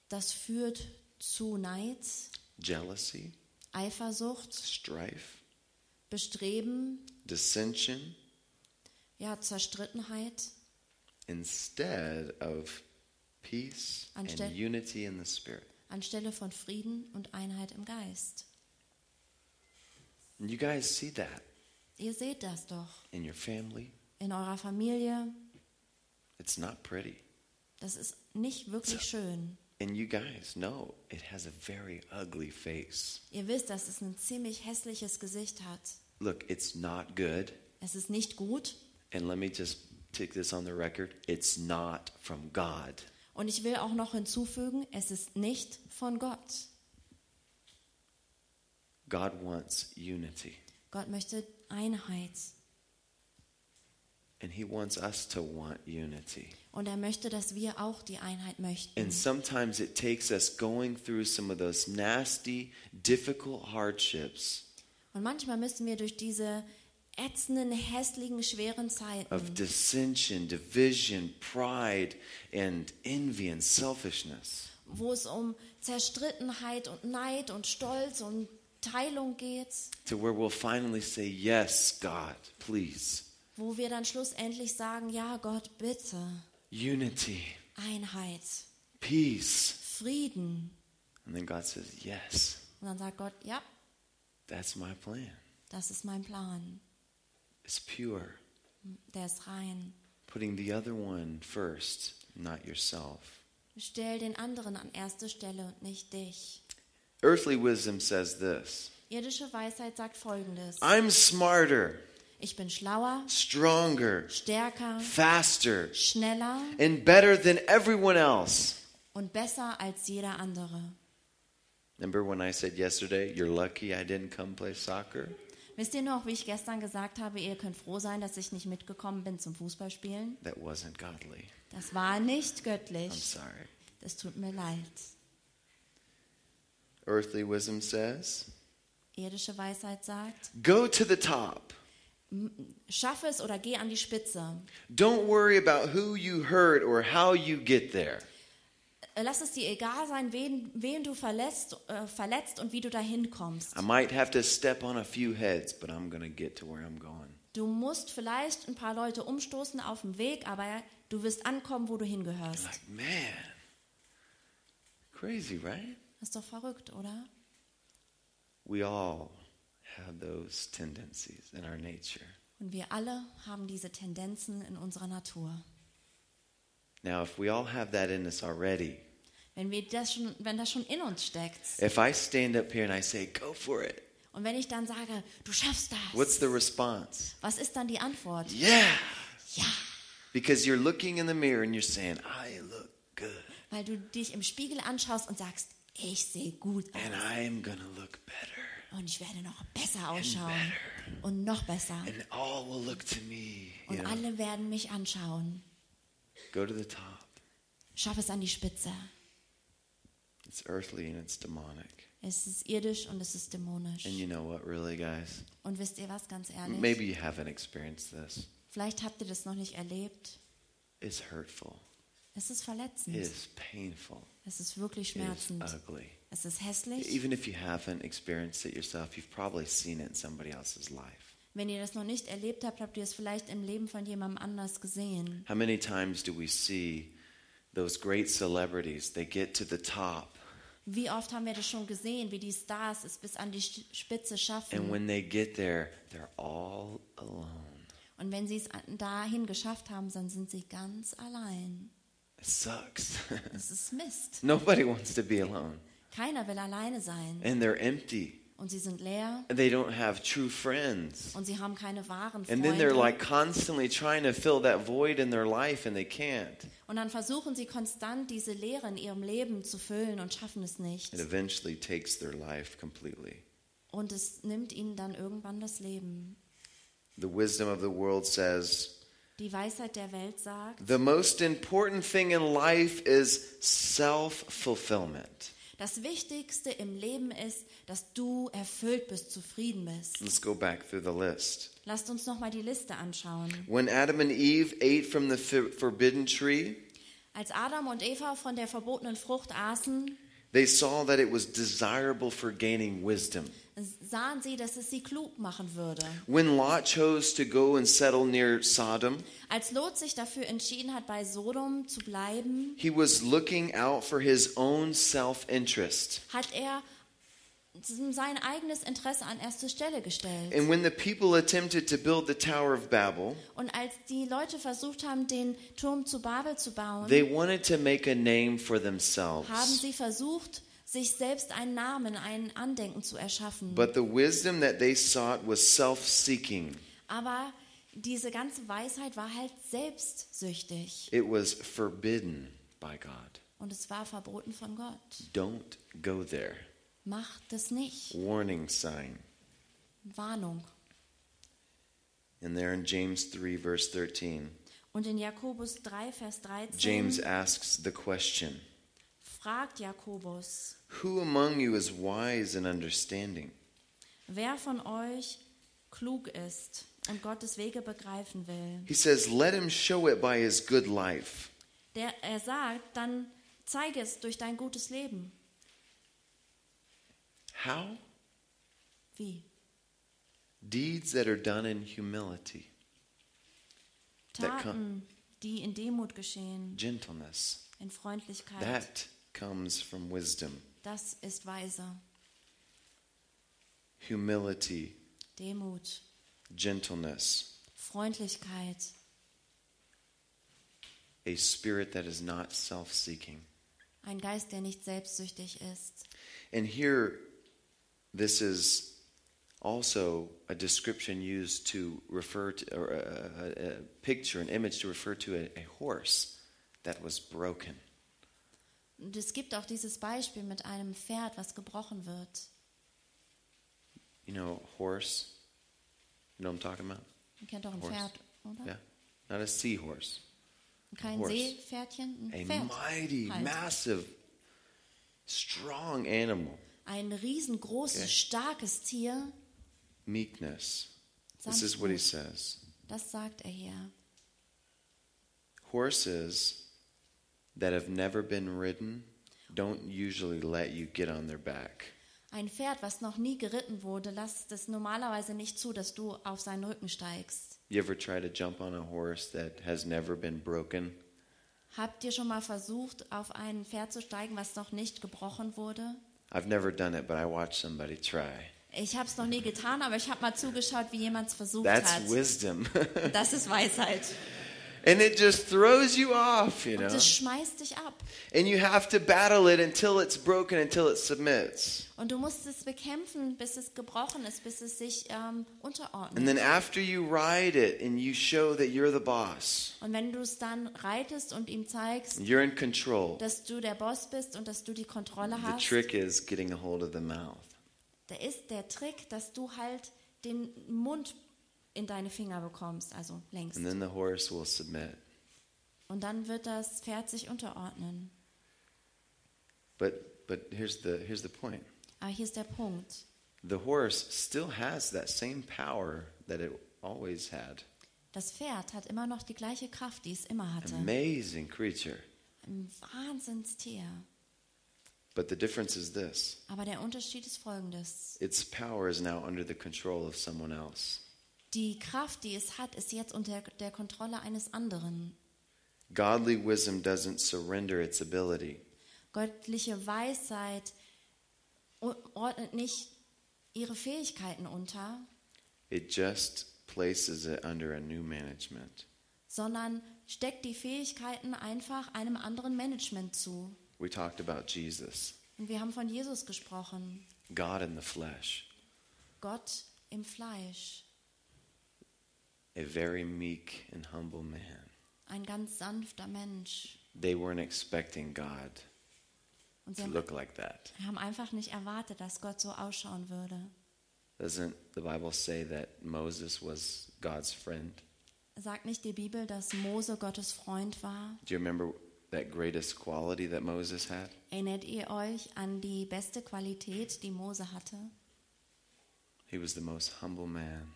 Speaker 3: Das führt zu Neid,
Speaker 2: jealousy,
Speaker 3: Eifersucht,
Speaker 2: strife,
Speaker 3: Bestreben,
Speaker 2: dissension,
Speaker 3: ja, Zerstrittenheit.
Speaker 2: instead of peace and
Speaker 3: Anstelle-
Speaker 2: unity in the spirit.
Speaker 3: anstelle von Frieden und Einheit im Geist.
Speaker 2: And you guys see that
Speaker 3: Ihr seht das doch
Speaker 2: in your family.
Speaker 3: in eurer Familie.
Speaker 2: It's not pretty.
Speaker 3: Das ist nicht wirklich schön.
Speaker 2: And you guys know it has a very ugly face.
Speaker 3: Ihr wisst, dass es ein ziemlich hässliches Gesicht hat.
Speaker 2: Look, it's not good.
Speaker 3: Es ist nicht gut.
Speaker 2: And let me just take this on the record it's not from God.
Speaker 3: Und ich will auch noch hinzufügen, es ist nicht von Gott.
Speaker 2: God wants unity,
Speaker 3: Gott möchte Einheit.
Speaker 2: and He wants us to want unity.
Speaker 3: Und er möchte, dass wir auch die Einheit möchten.
Speaker 2: And sometimes it takes us going through some of those nasty, difficult hardships
Speaker 3: Und manchmal müssen wir durch diese ätzenden, hässlichen, schweren
Speaker 2: of
Speaker 3: Zeiten
Speaker 2: dissension, division, pride, and envy and selfishness.
Speaker 3: wo es um Zerstrittenheit und Neid und Stolz und Teilung geht,
Speaker 2: To where we'll finally say, Yes, God, please.
Speaker 3: wo wir dann schlussendlich sagen, ja Gott, bitte,
Speaker 2: Unity,
Speaker 3: Einheit,
Speaker 2: peace.
Speaker 3: Frieden.
Speaker 2: And then God says, Yes,
Speaker 3: Und dann sagt Gott, ja,
Speaker 2: that's my plan.
Speaker 3: das ist mein Plan,
Speaker 2: It's pure.
Speaker 3: der ist rein.
Speaker 2: Putting the other one first, not yourself.
Speaker 3: Stell den anderen an erste Stelle und nicht dich.
Speaker 2: Earthly wisdom says this
Speaker 3: Irdische Weisheit sagt folgendes.
Speaker 2: I'm smarter.
Speaker 3: Ich bin schlauer,
Speaker 2: stronger,
Speaker 3: stärker,
Speaker 2: faster,
Speaker 3: schneller
Speaker 2: and better than everyone else.
Speaker 3: und besser als jeder andere.
Speaker 2: Remember when I said yesterday, you're lucky I didn't come play soccer?
Speaker 3: Wisst ihr noch, wie ich gestern gesagt habe, ihr könnt froh sein, dass ich nicht mitgekommen bin zum Fußballspielen?
Speaker 2: That wasn't godly.
Speaker 3: Das war nicht
Speaker 2: I'm
Speaker 3: göttlich.
Speaker 2: sorry.
Speaker 3: Das tut mir leid.
Speaker 2: Earthly wisdom says,
Speaker 3: Irdische Weisheit sagt,
Speaker 2: go to the top.
Speaker 3: schaffe es oder geh an die Spitze.
Speaker 2: Don't worry about who you hurt or how you get there.
Speaker 3: Äh, Lass es dir egal sein, wen, wen du verlässt, äh, verletzt und wie du dahin kommst.
Speaker 2: I might have to step on a few heads, but I'm going to get to where I'm going.
Speaker 3: Du musst vielleicht ein paar Leute umstoßen auf dem Weg, aber du wirst ankommen, wo du
Speaker 2: I'm
Speaker 3: hingehörst.
Speaker 2: like, man, crazy, right?
Speaker 3: Das ist doch verrückt, oder?
Speaker 2: We all have those tendencies in our nature.
Speaker 3: Und wir alle haben diese Tendenzen in unserer Natur.
Speaker 2: Now, if we all have that in us already,
Speaker 3: Wenn, wir das schon, wenn das schon in uns steckt
Speaker 2: if I stand up here and I say, go for it,
Speaker 3: und wenn ich dann sage, du schaffst das,
Speaker 2: what's the response?
Speaker 3: was ist dann die Antwort?
Speaker 2: Yeah.
Speaker 3: Ja,
Speaker 2: Because you're looking in the mirror and you're saying, I look good
Speaker 3: weil du dich im Spiegel anschaust und sagst, ich sehe gut
Speaker 2: and
Speaker 3: aus
Speaker 2: I'm going to look better
Speaker 3: und ich werde noch besser ausschauen und noch besser
Speaker 2: and all will look to me. You
Speaker 3: und
Speaker 2: know?
Speaker 3: alle werden mich anschauen.
Speaker 2: Go to the top.
Speaker 3: Schaff es an die Spitze.
Speaker 2: It's earthly and it's demonic.
Speaker 3: Es ist irdisch und es ist dämonisch.
Speaker 2: And you know what, really, guys?
Speaker 3: Und wisst ihr was, ganz ehrlich?
Speaker 2: Maybe you haven't experienced this.
Speaker 3: Vielleicht habt ihr das noch nicht erlebt.
Speaker 2: It's hurtful,
Speaker 3: Es ist verletzend.
Speaker 2: it's painful,
Speaker 3: Es ist wirklich
Speaker 2: it's
Speaker 3: schmerzend.
Speaker 2: ugly.
Speaker 3: es ist hässlich.
Speaker 2: Uh, Even if you haven't experienced it yourself, you've probably seen it in somebody else's life.
Speaker 3: Wenn ihr das noch nicht erlebt habt, habt ihr es vielleicht im Leben von jemandem anders gesehen.
Speaker 2: How many times do we see those great celebrities? They get to the top,
Speaker 3: Wie oft haben wir das schon gesehen, wie die Stars es bis an die Sch- Spitze
Speaker 2: and
Speaker 3: schaffen?
Speaker 2: when they get there, they're all alone.
Speaker 3: Und wenn sie es an- dahin geschafft haben, dann sind sie ganz allein.
Speaker 2: It sucks.
Speaker 3: Es ist Mist.
Speaker 2: Nobody wants to be alone,
Speaker 3: Keiner will alleine sein.
Speaker 2: and they're empty.
Speaker 3: Und sie sind leer
Speaker 2: And They don't have true friends.
Speaker 3: und sie haben keine wahren
Speaker 2: And then they're
Speaker 3: Freunde.
Speaker 2: like constantly trying to fill that void in their life and they can't.
Speaker 3: Und dann versuchen sie konstant, diese Leere in ihrem Leben zu füllen und schaffen es nicht.
Speaker 2: It eventually takes their life completely.
Speaker 3: Und es nimmt ihnen dann irgendwann das Leben.
Speaker 2: The wisdom of the world says
Speaker 3: Die Weisheit der Welt sagt,
Speaker 2: the most important thing in life is self fulfillment.
Speaker 3: das Wichtigste im Leben ist, dass du erfüllt bist, zufrieden bist.
Speaker 2: Let's go back through the list.
Speaker 3: Lasst uns nochmal die Liste anschauen.
Speaker 2: When Adam and Eve ate from the fi- forbidden tree,
Speaker 3: Als Adam und Eva von der verbotenen Frucht aßen,
Speaker 2: they saw that it was desirable for gaining wisdom.
Speaker 3: sahen sie, dass es sie klug machen würde.
Speaker 2: When Lot chose to go and settle near Sodom,
Speaker 3: Als Lot sich dafür entschieden hat, bei Sodom zu bleiben,
Speaker 2: He was looking out for his own self interest.
Speaker 3: hat er sein eigenes Interesse an erste Stelle gestellt.
Speaker 2: And when the people attempted to build the Tower of Babel,
Speaker 3: Und als die Leute versucht haben, den Turm zu Babel zu bauen,
Speaker 2: they wanted to make a name for
Speaker 3: haben
Speaker 2: themselves.
Speaker 3: sie versucht, sich selbst einen Namen, ein Andenken zu erschaffen.
Speaker 2: But the wisdom that they sought was self seeking,
Speaker 3: Aber diese ganze Weisheit war halt selbstsüchtig
Speaker 2: it was forbidden by God.
Speaker 3: und es war verboten von Gott.
Speaker 2: Don't go there.
Speaker 3: Macht das nicht.
Speaker 2: Warning sign.
Speaker 3: Warnung.
Speaker 2: And there in James 3, verse 13,
Speaker 3: Und in Jakobus 3, Vers 13
Speaker 2: James asks the question
Speaker 3: fragt Jakobus,
Speaker 2: Who among you is wise and understanding?
Speaker 3: wer von euch klug ist und Gottes Wege begreifen will.
Speaker 2: He says, Let him show it by his good life.
Speaker 3: Der, er sagt, dann zeige es durch dein gutes Leben.
Speaker 2: How?
Speaker 3: Wie?
Speaker 2: Deeds that are done in humility, That
Speaker 3: Taten, die in Demut geschehen,
Speaker 2: gentleness.
Speaker 3: in Freundlichkeit.
Speaker 2: That comes from wisdom.
Speaker 3: Das ist weise.
Speaker 2: Humility,
Speaker 3: Demut,
Speaker 2: gentleness,
Speaker 3: Freundlichkeit,
Speaker 2: a spirit that is not self seeking.
Speaker 3: ein Geist, der nicht selbstsüchtig ist.
Speaker 2: And here, this is also a description used to refer to, or a, a, a picture, an image to refer to a, a horse that was broken.
Speaker 3: Und es gibt auch dieses Beispiel mit einem Pferd, was gebrochen wird.
Speaker 2: You know, horse. You know what I'm talking about?
Speaker 3: Ihr kennt doch ein
Speaker 2: Horse.
Speaker 3: Pferd, oder?
Speaker 2: Yeah. Not a seahorse.
Speaker 3: Kein
Speaker 2: Horse.
Speaker 3: Seepferdchen,
Speaker 2: A
Speaker 3: ein Pferd.
Speaker 2: mighty,
Speaker 3: halt.
Speaker 2: massive, strong animal.
Speaker 3: Ein riesengroßes,
Speaker 2: Okay.
Speaker 3: starkes Tier,
Speaker 2: Meekness. This is what he says.
Speaker 3: das sagt er hier.
Speaker 2: Horses that have never been ridden don't usually let you get on their back.
Speaker 3: Ein Pferd, was noch nie geritten wurde, lasst es normalerweise nicht zu, dass du auf seinen Rücken steigst.
Speaker 2: You ever try to jump on a horse that has never been broken?
Speaker 3: Habt ihr schon mal versucht, auf ein Pferd zu steigen, was noch nicht gebrochen wurde?
Speaker 2: I've never done it, but I watched somebody try.
Speaker 3: Ich habe es noch nie getan, aber ich habe mal zugeschaut, wie jemand es versucht
Speaker 2: That's
Speaker 3: hat.
Speaker 2: wisdom.
Speaker 3: Das ist Weisheit.
Speaker 2: and it just throws you off, you
Speaker 3: Und
Speaker 2: know?
Speaker 3: es schmeißt dich ab.
Speaker 2: And you have to battle it until it's broken, until it submits.
Speaker 3: Und du musst es bekämpfen, bis es gebrochen ist, bis es sich ähm, unterordnet.
Speaker 2: And then after you ride it and you show that you're the boss,
Speaker 3: Und wenn du es dann reitest und ihm zeigst,
Speaker 2: you're in control.
Speaker 3: dass du der Boss bist und dass du die Kontrolle
Speaker 2: The
Speaker 3: hast,
Speaker 2: trick is getting a hold of the mouth.
Speaker 3: da ist der Trick, dass du halt den Mund in deine Finger bekommst, also längst.
Speaker 2: And then the horse will submit.
Speaker 3: Und dann wird das Pferd sich unterordnen.
Speaker 2: But but here's the here's the point.
Speaker 3: Aber hier ist der Punkt.
Speaker 2: The horse still has that same power that it always had.
Speaker 3: Das Pferd hat immer noch die gleiche Kraft, die es immer hatte.
Speaker 2: Amazing creature.
Speaker 3: Ein Wahnsinnstier.
Speaker 2: But the difference is this.
Speaker 3: Aber der Unterschied ist folgendes.
Speaker 2: Its power is now under the control of someone else.
Speaker 3: Die Kraft, die es hat, ist jetzt unter der Kontrolle eines anderen.
Speaker 2: Godly wisdom doesn't surrender its ability.
Speaker 3: Göttliche Weisheit ordnet nicht ihre Fähigkeiten unter,
Speaker 2: It just places it under a new management,
Speaker 3: sondern steckt die Fähigkeiten einfach einem anderen Management zu.
Speaker 2: We talked about Jesus,
Speaker 3: Und wir haben von Jesus gesprochen,
Speaker 2: God in the flesh,
Speaker 3: Gott im Fleisch,
Speaker 2: a very meek and humble man.
Speaker 3: ein ganz sanfter Mensch.
Speaker 2: They weren't expecting God
Speaker 3: Und sie
Speaker 2: to
Speaker 3: haben,
Speaker 2: look like that.
Speaker 3: haben einfach nicht erwartet, dass Gott so ausschauen würde.
Speaker 2: Doesn't the Bible say that Moses was God's friend?
Speaker 3: Sagt nicht die Bibel, dass Mose Gottes Freund war?
Speaker 2: Do you remember that greatest quality that Moses had?
Speaker 3: Erinnert ihr euch an die beste Qualität, die Mose hatte?
Speaker 2: He was the most humble man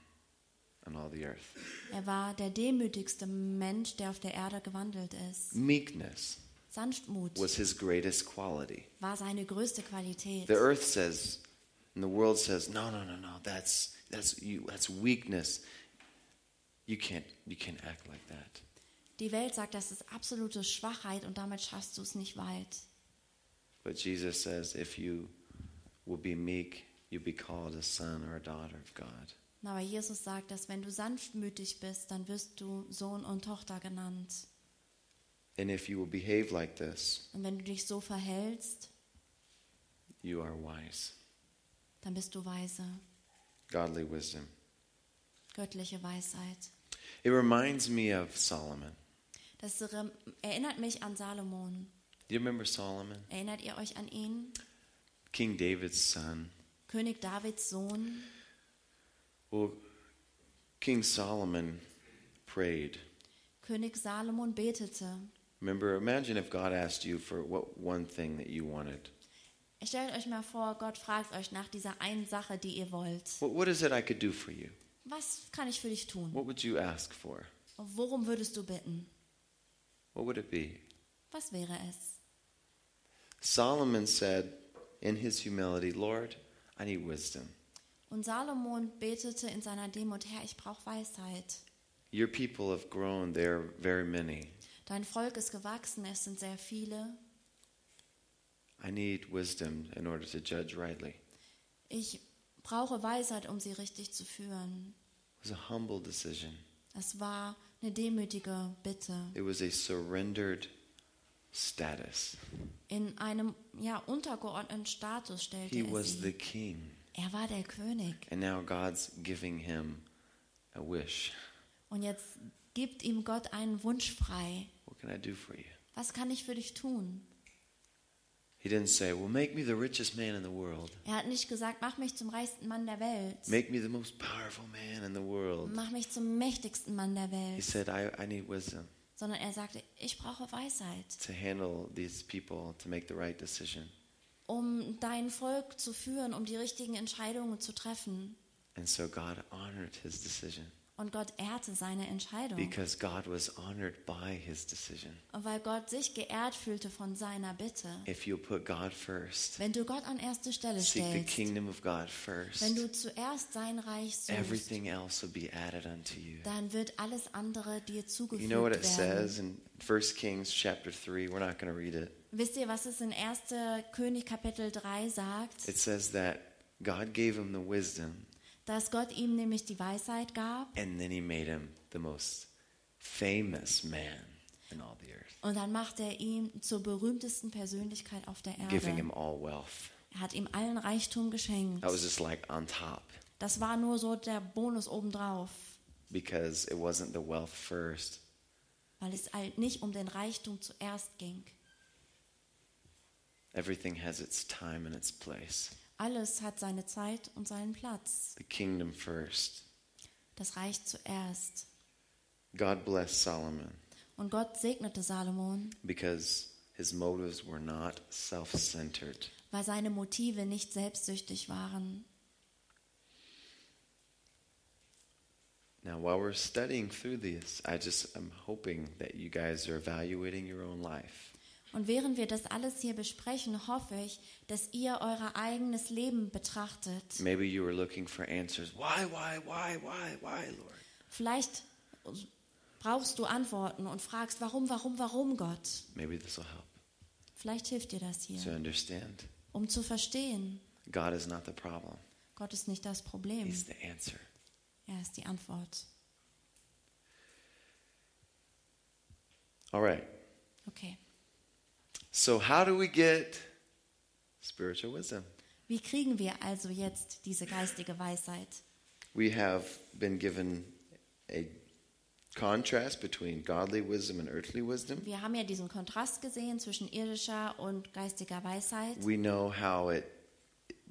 Speaker 2: on all the earth.
Speaker 3: Er war der demütigste Mensch, der auf der Erde gewandelt ist.
Speaker 2: Meekness
Speaker 3: Sanftmut
Speaker 2: was his greatest quality.
Speaker 3: war seine größte Qualität.
Speaker 2: The earth says, and the world says, no, no, no, no. That's that's you. That's weakness. You can't you can't act like that.
Speaker 3: Die Welt sagt, das ist absolute Schwachheit und damit schaffst du es nicht weit.
Speaker 2: But Jesus says, if you will be meek, you'll be called a son or a daughter of God.
Speaker 3: Aber Jesus sagt, dass wenn du sanftmütig bist, dann wirst du Sohn und Tochter genannt.
Speaker 2: And if you will behave like this,
Speaker 3: Und wenn du dich so verhältst,
Speaker 2: you are wise.
Speaker 3: dann bist du weise,
Speaker 2: Godly wisdom.
Speaker 3: göttliche Weisheit.
Speaker 2: It reminds me of Solomon.
Speaker 3: Das re- erinnert mich an Salomon.
Speaker 2: Do you remember Solomon?
Speaker 3: Erinnert ihr euch an ihn?
Speaker 2: King David's son.
Speaker 3: König Davids Sohn.
Speaker 2: Well, King Solomon prayed.
Speaker 3: König Salomon betete.
Speaker 2: Remember, imagine if God asked you for what one thing that you wanted.
Speaker 3: Stellt euch mal vor, Gott fragt euch nach dieser einen Sache, die ihr wollt.
Speaker 2: What, what is it I could do for you?
Speaker 3: Was kann ich für dich tun?
Speaker 2: What would you ask for?
Speaker 3: Worum würdest du bitten?
Speaker 2: What would it be?
Speaker 3: Was wäre es?
Speaker 2: Solomon said in his humility, Lord, I need wisdom.
Speaker 3: Und Salomon betete in seiner Demut, Herr, ich brauche Weisheit.
Speaker 2: Your people have grown, they are very many.
Speaker 3: Dein Volk ist gewachsen, es sind sehr viele.
Speaker 2: I need wisdom in order to judge rightly.
Speaker 3: Ich brauche Weisheit, um sie richtig zu führen.
Speaker 2: It was a humble decision,
Speaker 3: Es war eine demütige Bitte.
Speaker 2: it was a surrendered status.
Speaker 3: In einem ja, untergeordneten Status stellte
Speaker 2: He
Speaker 3: er
Speaker 2: was the
Speaker 3: sie.
Speaker 2: king.
Speaker 3: Er war der König.
Speaker 2: And now God's giving him a wish.
Speaker 3: Und jetzt gibt ihm Gott einen Wunsch frei.
Speaker 2: What can I do for you?
Speaker 3: Was kann ich für dich tun?
Speaker 2: He didn't say, Well, make me the richest man in the world.
Speaker 3: Er hat nicht gesagt, mach mich zum reichsten Mann der Welt.
Speaker 2: Make me the most powerful man in the world.
Speaker 3: Mach mich zum mächtigsten Mann der
Speaker 2: He
Speaker 3: Welt.
Speaker 2: said, I, I need wisdom
Speaker 3: Sondern er sagte, ich brauche Weisheit,
Speaker 2: to handle these people to make the right decision.
Speaker 3: um dein Volk zu führen, um die richtigen Entscheidungen zu treffen.
Speaker 2: And so God honored his decision
Speaker 3: Und Gott ehrte seine Entscheidung.
Speaker 2: because God was honored by his decision.
Speaker 3: Und weil Gott sich geehrt fühlte von seiner Bitte.
Speaker 2: If you'll put God first,
Speaker 3: Wenn du Gott an erste Stelle
Speaker 2: seek the
Speaker 3: stellst,
Speaker 2: kingdom of God first,
Speaker 3: wenn du zuerst sein Reich suchst,
Speaker 2: everything else will be added unto you.
Speaker 3: dann wird alles andere dir
Speaker 2: You
Speaker 3: zugefügt
Speaker 2: know what it
Speaker 3: werden.
Speaker 2: says in 1 Kings chapter 3? We're not going to read it.
Speaker 3: Wisst ihr, was es in 1. König Kapitel 3 sagt?
Speaker 2: It says that God gave him the wisdom
Speaker 3: Dass Gott ihm nämlich die Weisheit gab
Speaker 2: and then he made him the most famous man in all the earth,
Speaker 3: und dann macht er ihn zur berühmtesten Persönlichkeit auf der
Speaker 2: giving him
Speaker 3: Erde.
Speaker 2: all wealth.
Speaker 3: Er hat ihm allen Reichtum geschenkt.
Speaker 2: That was just like on top
Speaker 3: Das war nur so der Bonus obendrauf,
Speaker 2: because it wasn't the wealth first,
Speaker 3: weil es halt nicht um den Reichtum zuerst ging.
Speaker 2: Everything has its time and its place.
Speaker 3: Alles hat seine Zeit und seinen Platz.
Speaker 2: The kingdom first.
Speaker 3: Das Reich zuerst.
Speaker 2: God blessed Solomon
Speaker 3: Und Gott segnete Salomon,
Speaker 2: because his motives were not self centered.
Speaker 3: weil seine Motive nicht selbstsüchtig waren.
Speaker 2: Now, while we're studying through these, I just am hoping that you guys are evaluating your own life.
Speaker 3: Und während wir das alles hier besprechen, hoffe ich, dass ihr euer eigenes Leben betrachtet.
Speaker 2: Maybe you were looking for answers. Why, why, why, why, why, Lord?
Speaker 3: Vielleicht brauchst du Antworten und fragst, warum, warum, warum Gott?
Speaker 2: Maybe this will help
Speaker 3: Vielleicht hilft dir das
Speaker 2: to
Speaker 3: hier,
Speaker 2: understand.
Speaker 3: um zu verstehen,
Speaker 2: God is not the problem,
Speaker 3: Gott ist nicht das
Speaker 2: He's
Speaker 3: Problem,
Speaker 2: the answer.
Speaker 3: er ist die Antwort.
Speaker 2: All right.
Speaker 3: Okay.
Speaker 2: So, how do we get spiritual wisdom?
Speaker 3: Wie kriegen wir also jetzt diese geistige Weisheit?
Speaker 2: We have been given a contrast between godly wisdom and earthly wisdom.
Speaker 3: Wir haben ja diesen Kontrast gesehen zwischen irdischer und geistiger Weisheit.
Speaker 2: We know how it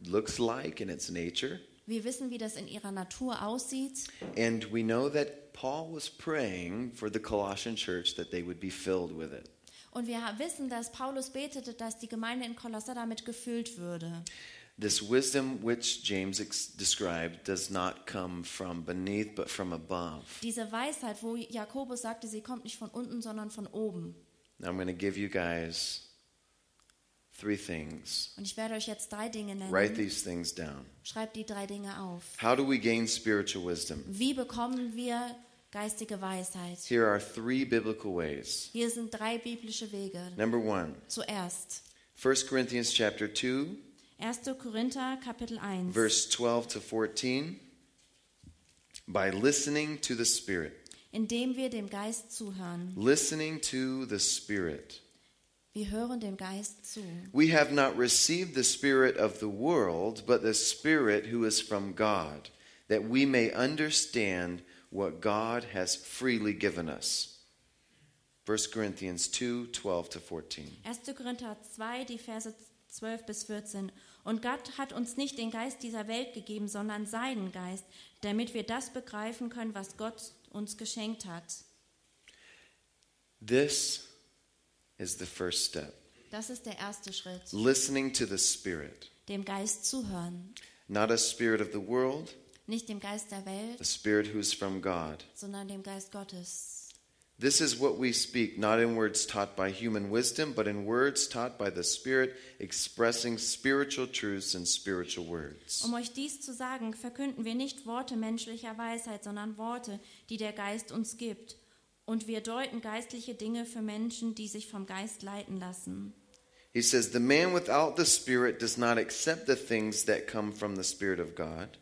Speaker 2: looks like in its nature.
Speaker 3: Wir wissen, wie das in ihrer Natur aussieht.
Speaker 2: And we know that Paul was praying for the Colossian church that they would be filled with it.
Speaker 3: Und wir wissen, dass Paulus betete, dass die Gemeinde in Kolosser damit gefüllt würde.
Speaker 2: This wisdom which James ex- described does not come from beneath, but from above.
Speaker 3: Diese Weisheit, wo Jakobus sagte, sie kommt nicht von unten, sondern von oben.
Speaker 2: Now I'm going to give you guys three things.
Speaker 3: Und ich werde euch jetzt drei Dinge
Speaker 2: Write
Speaker 3: nennen.
Speaker 2: these things down.
Speaker 3: Schreibt die drei Dinge auf.
Speaker 2: How do we gain spiritual wisdom?
Speaker 3: Wie bekommen wir geistige Weisheit?
Speaker 2: Here are three biblical ways.
Speaker 3: Hier sind drei biblische Wege.
Speaker 2: Number one,
Speaker 3: Zuerst
Speaker 2: 1 Corinthians chapter 2,
Speaker 3: 1. Korinther Kapitel 1.
Speaker 2: verse 12 to 14. By listening to the Spirit.
Speaker 3: Indem wir dem Geist zuhören.
Speaker 2: Listening to the Spirit.
Speaker 3: Wir hören dem Geist zu.
Speaker 2: We have not received the Spirit of the world, but the Spirit who is from God, that we may understand what God has freely given us. 1 Corinthians 2 12 to 14.
Speaker 3: 1. Korinther 2, die Verse 12 bis 14. Und Gott hat uns nicht den Geist dieser Welt gegeben, sondern seinen Geist, damit wir das begreifen können, was Gott uns geschenkt hat.
Speaker 2: This is the first step
Speaker 3: Das ist der erste Schritt,
Speaker 2: listening to the Spirit.
Speaker 3: dem Geist zuhören.
Speaker 2: Not a spirit of the world,
Speaker 3: Nicht dem Geist der
Speaker 2: a
Speaker 3: Welt,
Speaker 2: spirit who is from God.
Speaker 3: sondern dem Geist Gottes.
Speaker 2: This is what we speak, not in words taught by human wisdom, but in words taught by the Spirit, expressing spiritual truths in spiritual words.
Speaker 3: Um euch dies zu sagen, verkünden wir nicht Worte menschlicher Weisheit, sondern Worte, die der Geist uns gibt. Und wir deuten geistliche Dinge für Menschen, die sich vom Geist leiten lassen.
Speaker 2: He says, The man without the Spirit does not accept the things that come from the Spirit of God,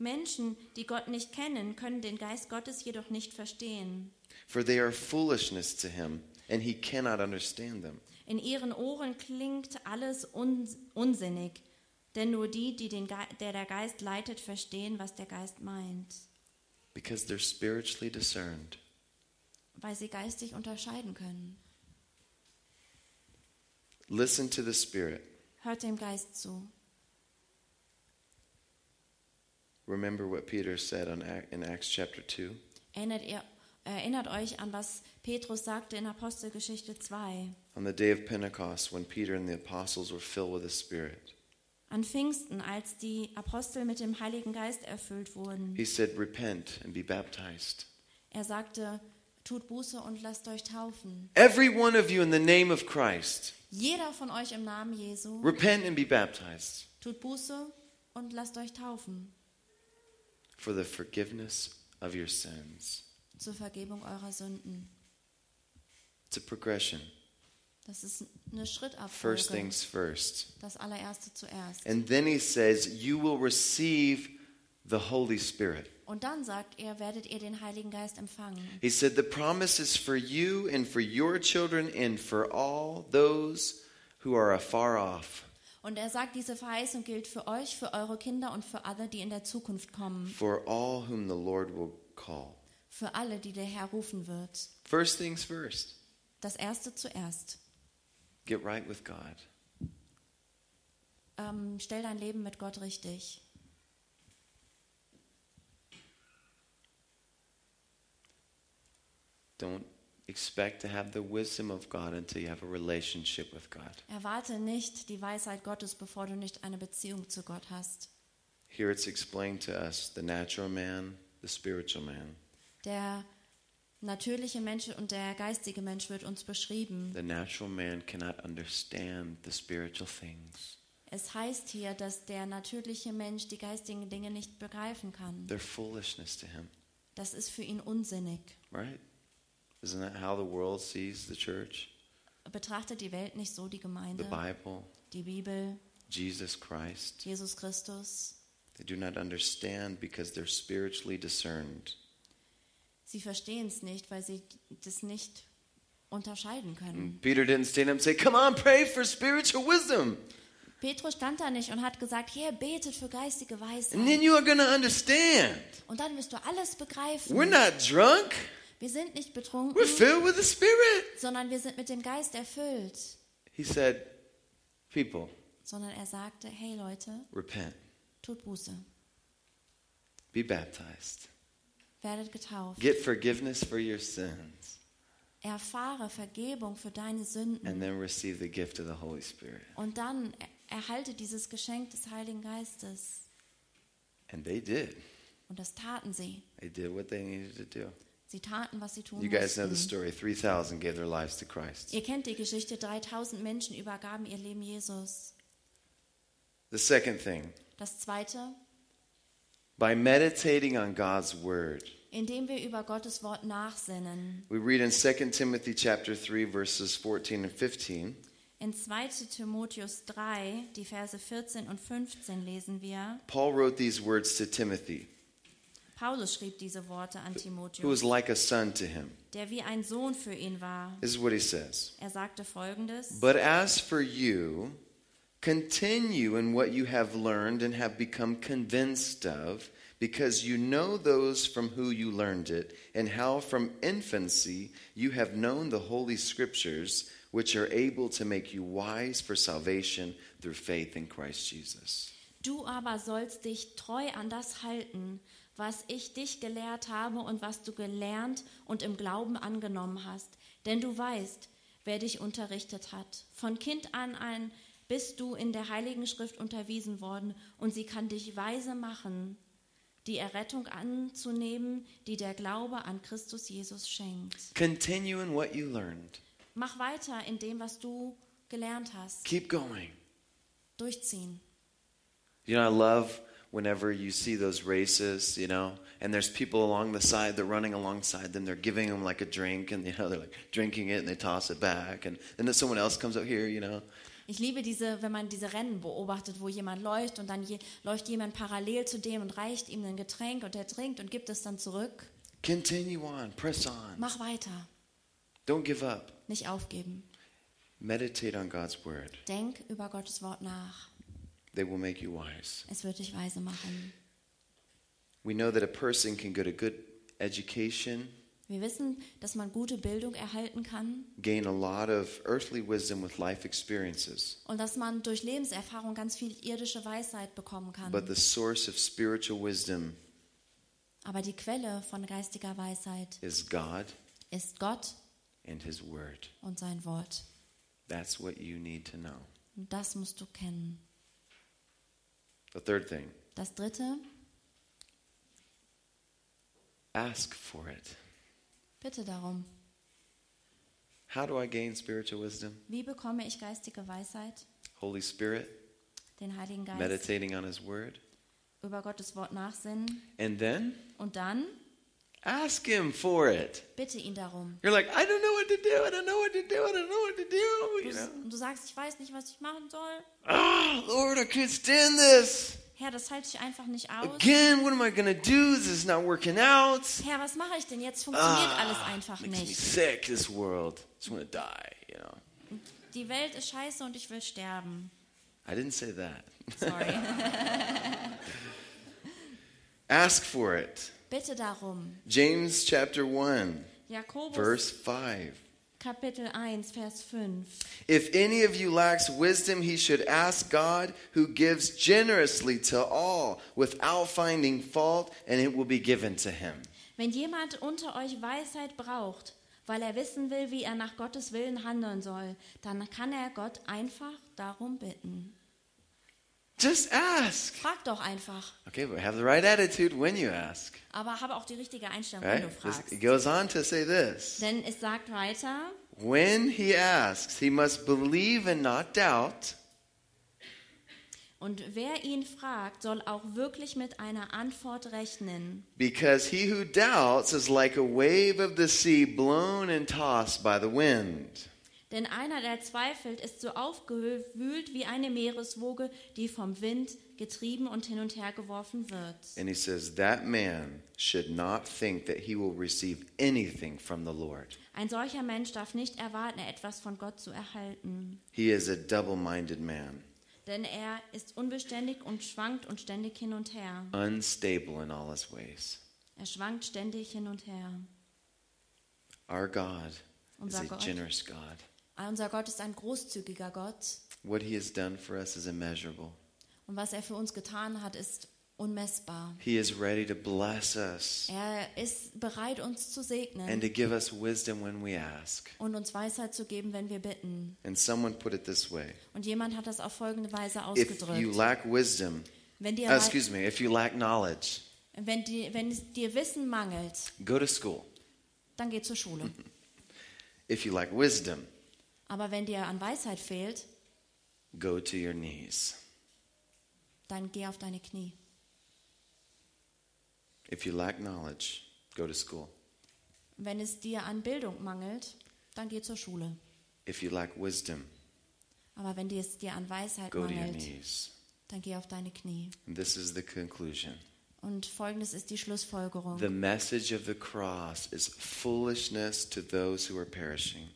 Speaker 3: Menschen, die Gott nicht kennen, können den Geist Gottes jedoch nicht verstehen.
Speaker 2: for they are foolishness to him, and he cannot understand them.
Speaker 3: In ihren Ohren klingt alles un unsinnig Denn nur die, die den Ge der der Geist leitet, verstehen, was der Geist meint,
Speaker 2: because they're spiritually discerned.
Speaker 3: weil sie geistig unterscheiden können.
Speaker 2: Listen to the Spirit.
Speaker 3: Hört dem Geist zu.
Speaker 2: Remember what Peter said on, Ac- in Acts chapter 2?
Speaker 3: Erinnert, ihr, äh, erinnert euch an, was Petrus sagte in Apostelgeschichte 2.
Speaker 2: On the day of Pentecost, when Peter and the apostles were filled with the Spirit,
Speaker 3: An Pfingsten, als die Apostel mit dem Heiligen Geist erfüllt wurden.
Speaker 2: he said, Repent and be baptized.
Speaker 3: Er sagte, tut Buße und lasst euch taufen.
Speaker 2: Every one of you in the name of Christ,
Speaker 3: Jeder von euch im Namen Jesu
Speaker 2: repent and be baptized
Speaker 3: tut Buße und lasst euch taufen
Speaker 2: for the forgiveness of your sins.
Speaker 3: zur Vergebung eurer Sünden.
Speaker 2: It's a progression.
Speaker 3: Das ist eine
Speaker 2: First
Speaker 3: Schrittabfolge.
Speaker 2: things first.
Speaker 3: Das allererste zuerst.
Speaker 2: And then he says, You will receive the Holy Spirit.
Speaker 3: Und dann sagt er, werdet ihr den Heiligen Geist empfangen.
Speaker 2: He said, The promise is for you and for your children and for all those who are afar off,
Speaker 3: Und er sagt, diese Verheißung gilt für euch, für eure Kinder und für alle, die in der Zukunft kommen.
Speaker 2: for all whom the Lord will call.
Speaker 3: Für alle, die der Herr rufen wird.
Speaker 2: First things first.
Speaker 3: Das erste zuerst.
Speaker 2: Get right with God.
Speaker 3: Ähm, stell dein Leben mit Gott richtig.
Speaker 2: Don't expect to have the wisdom of God until you have a relationship with God.
Speaker 3: Erwarte nicht die Weisheit Gottes, bevor du nicht eine Beziehung zu Gott hast.
Speaker 2: Here it's explained to us the natural man, the spiritual man,
Speaker 3: Der natürliche Mensch und der geistige Mensch wird uns beschrieben.
Speaker 2: The natural man cannot understand the spiritual things.
Speaker 3: Es heißt hier, dass der natürliche Mensch die geistigen Dinge nicht begreifen kann.
Speaker 2: They're foolishness to him,
Speaker 3: Das ist für ihn unsinnig.
Speaker 2: right? Isn't that how the world sees the church,
Speaker 3: Betrachtet die Welt nicht so die
Speaker 2: the
Speaker 3: Gemeinde,
Speaker 2: Bible,
Speaker 3: die Bibel,
Speaker 2: Jesus Christ?
Speaker 3: Jesus Christus.
Speaker 2: They do not understand because they're spiritually discerned.
Speaker 3: Sie verstehen es nicht, weil sie das nicht unterscheiden können.
Speaker 2: And Peter didn't stand up and say, Come on, pray for spiritual wisdom,
Speaker 3: Petrus stand da nicht und hat gesagt, hier betet für geistige
Speaker 2: and then
Speaker 3: Weisheit.
Speaker 2: you are going to understand.
Speaker 3: Und dann wirst du alles
Speaker 2: We're
Speaker 3: begreifen.
Speaker 2: not drunk,
Speaker 3: Wir sind nicht
Speaker 2: we're
Speaker 3: betrunken,
Speaker 2: filled with the Spirit.
Speaker 3: sondern wir sind mit dem Geist erfüllt.
Speaker 2: He said, People,
Speaker 3: Sondern er sagte, hey Leute,
Speaker 2: repent,
Speaker 3: tut Buße,
Speaker 2: be baptized,
Speaker 3: werdet getauft,
Speaker 2: get forgiveness for your sins.
Speaker 3: erfahre Vergebung für deine
Speaker 2: and
Speaker 3: Sünden
Speaker 2: then receive the gift of the Holy Spirit.
Speaker 3: und dann er- erhalte dieses Geschenk des Heiligen Geistes.
Speaker 2: And they did.
Speaker 3: Und das taten sie.
Speaker 2: They did what they needed to do.
Speaker 3: Sie taten, was sie tun
Speaker 2: You guys know the story.
Speaker 3: mussten.
Speaker 2: 3,000 gave their lives to Christ.
Speaker 3: Ihr kennt die Geschichte, 3000 Menschen übergaben ihr Leben Jesus.
Speaker 2: The second thing,
Speaker 3: Das Zweite,
Speaker 2: by meditating on God's word.
Speaker 3: indem wir über Gottes Wort nachsinnen.
Speaker 2: We read in 2 Timothy chapter 3 verses 14 and 15,
Speaker 3: In 2 Timotheus 3, die Verse 14 und 15 lesen wir,
Speaker 2: Paul wrote these words to Timothy,
Speaker 3: Paulus schrieb diese Worte an
Speaker 2: who was
Speaker 3: Timotheus,
Speaker 2: like a son to him.
Speaker 3: der wie ein Sohn für ihn war.
Speaker 2: This is what he says.
Speaker 3: Er sagte folgendes,
Speaker 2: But as for you, continue in what you have learned and have become convinced of, because you know those from who you learned it, and how from infancy you have known the Holy Scriptures, which are able to make you wise for salvation through faith in Christ Jesus.
Speaker 3: Du aber sollst dich treu an das halten, was ich dich gelehrt habe und was du gelernt und im Glauben angenommen hast. Denn du weißt, wer dich unterrichtet hat. Von Kind an ein bist du in der Heiligen Schrift unterwiesen worden und sie kann dich weise machen, die Errettung anzunehmen, die der Glaube an Christus Jesus schenkt.
Speaker 2: Continue in what you learned.
Speaker 3: Mach weiter in dem, was du gelernt hast.
Speaker 2: Keep going.
Speaker 3: Durchziehen.
Speaker 2: You know, I love whenever you see those races, you know, and there's people along the side, they're running alongside them, they're giving them like a drink, and, you know, they're like drinking it and they toss it back. And then someone else comes up here, you know,
Speaker 3: Ich liebe diese, wenn man diese Rennen beobachtet, wo jemand läuft und dann je, läuft jemand parallel zu dem und reicht ihm ein Getränk und er trinkt und gibt es dann zurück.
Speaker 2: continue on, press on,
Speaker 3: Mach weiter,
Speaker 2: don't give up.
Speaker 3: nicht aufgeben.
Speaker 2: Meditate on God's word.
Speaker 3: Denk über Gottes Wort nach.
Speaker 2: they will make you wise.
Speaker 3: Es wird dich weise machen.
Speaker 2: We know that a person can get a good education,
Speaker 3: Wir wissen, dass man gute Bildung erhalten kann
Speaker 2: gain a lot of earthly wisdom with life experiences,
Speaker 3: und dass man durch Lebenserfahrung ganz viel irdische Weisheit bekommen kann.
Speaker 2: but the source of spiritual wisdom
Speaker 3: Aber die Quelle von geistiger Weisheit
Speaker 2: is God
Speaker 3: ist Gott
Speaker 2: and His Word.
Speaker 3: und sein Wort.
Speaker 2: That's what you need to know.
Speaker 3: Und das musst du kennen.
Speaker 2: The third thing
Speaker 3: Das Dritte,
Speaker 2: ask for it.
Speaker 3: bitte darum.
Speaker 2: How do I gain spiritual wisdom?
Speaker 3: Wie bekomme ich geistige Weisheit?
Speaker 2: Holy Spirit,
Speaker 3: Den Heiligen Geist
Speaker 2: meditating on His Word.
Speaker 3: über Gottes Wort nachsinnen
Speaker 2: And then
Speaker 3: und dann
Speaker 2: ask Him for it.
Speaker 3: bitte ihn darum.
Speaker 2: You're like, I don't know what to do. I don't know what to do. I don't know what to do.
Speaker 3: Du,
Speaker 2: You know?
Speaker 3: und du sagst, ich weiß nicht, was ich machen soll.
Speaker 2: Ah, Lord, I can't stand this.
Speaker 3: Herr, das halte ich einfach nicht aus.
Speaker 2: Again, what am I going to do? This is not working out.
Speaker 3: Herr, was mache ich denn? Jetzt funktioniert alles
Speaker 2: Ah,
Speaker 3: einfach
Speaker 2: makes me
Speaker 3: nicht.
Speaker 2: sick, this world. just want to die, you know.
Speaker 3: Die Welt ist scheiße und ich will sterben.
Speaker 2: I didn't say that.
Speaker 3: Sorry.
Speaker 2: Ask for it.
Speaker 3: bitte darum.
Speaker 2: James chapter 1,
Speaker 3: Jakobus
Speaker 2: verse 5.
Speaker 3: Kapitel 1, Vers 5.
Speaker 2: If any of you lacks wisdom, he should ask God, who gives generously to all without finding fault, and it will be given to him.
Speaker 3: Wenn jemand unter euch Weisheit braucht, weil er wissen will, wie er nach Gottes Willen handeln soll, dann kann er Gott einfach darum bitten.
Speaker 2: Just ask.
Speaker 3: Frag doch einfach,
Speaker 2: Okay, but have the right attitude when you ask.
Speaker 3: aber habe auch die richtige Einstellung,
Speaker 2: Right?
Speaker 3: wenn du
Speaker 2: This-
Speaker 3: fragst.
Speaker 2: It goes on to say this
Speaker 3: Denn es sagt weiter,
Speaker 2: When he asks, he must believe and not doubt,
Speaker 3: und wer ihn fragt, soll auch wirklich mit einer Antwort rechnen.
Speaker 2: because he who doubts is like a wave of the sea blown and tossed by the wind.
Speaker 3: Denn einer, der zweifelt, ist so aufgewühlt wie eine Meereswoge, die vom Wind getrieben und hin und her geworfen wird.
Speaker 2: And he says, That man should not think that he will receive anything from the Lord.
Speaker 3: Ein solcher Mensch darf nicht erwarten, etwas von Gott zu erhalten.
Speaker 2: He is a double minded man,
Speaker 3: denn er ist unbeständig und schwankt und ständig hin und her.
Speaker 2: unstable in all his ways.
Speaker 3: Er schwankt ständig hin und her.
Speaker 2: Our God is
Speaker 3: Unser
Speaker 2: a
Speaker 3: Gott. Ah,
Speaker 2: generous God.
Speaker 3: Unser Gott ist ein großzügiger Gott
Speaker 2: What he has done for us is immeasurable.
Speaker 3: und was er für uns getan hat, ist unmessbar.
Speaker 2: He is ready to bless us
Speaker 3: Er ist bereit, uns zu
Speaker 2: and to
Speaker 3: segnen
Speaker 2: give us wisdom when we ask.
Speaker 3: und uns Weisheit zu geben, wenn wir bitten.
Speaker 2: And someone put it this way
Speaker 3: Und jemand hat das auf folgende Weise
Speaker 2: If you
Speaker 3: ausgedrückt.
Speaker 2: lack wisdom,
Speaker 3: Wenn dir,
Speaker 2: uh, excuse me, if you lack knowledge,
Speaker 3: wenn, die, wenn es dir Wissen mangelt,
Speaker 2: go to school.
Speaker 3: dann geh zur Schule.
Speaker 2: If you lack wisdom,
Speaker 3: Aber wenn dir an Weisheit fehlt,
Speaker 2: go to your knees.
Speaker 3: dann geh auf deine Knie.
Speaker 2: If you lack knowledge, go to school.
Speaker 3: Wenn es dir an Bildung mangelt, dann geh zur Schule.
Speaker 2: If you lack wisdom,
Speaker 3: Aber wenn dir es dir an Weisheit
Speaker 2: go to your
Speaker 3: mangelt,
Speaker 2: knees.
Speaker 3: dann geh auf deine Knie.
Speaker 2: And this is the conclusion.
Speaker 3: Und folgendes ist die Schlussfolgerung.
Speaker 2: The message of the cross is foolishness to those who are perishing.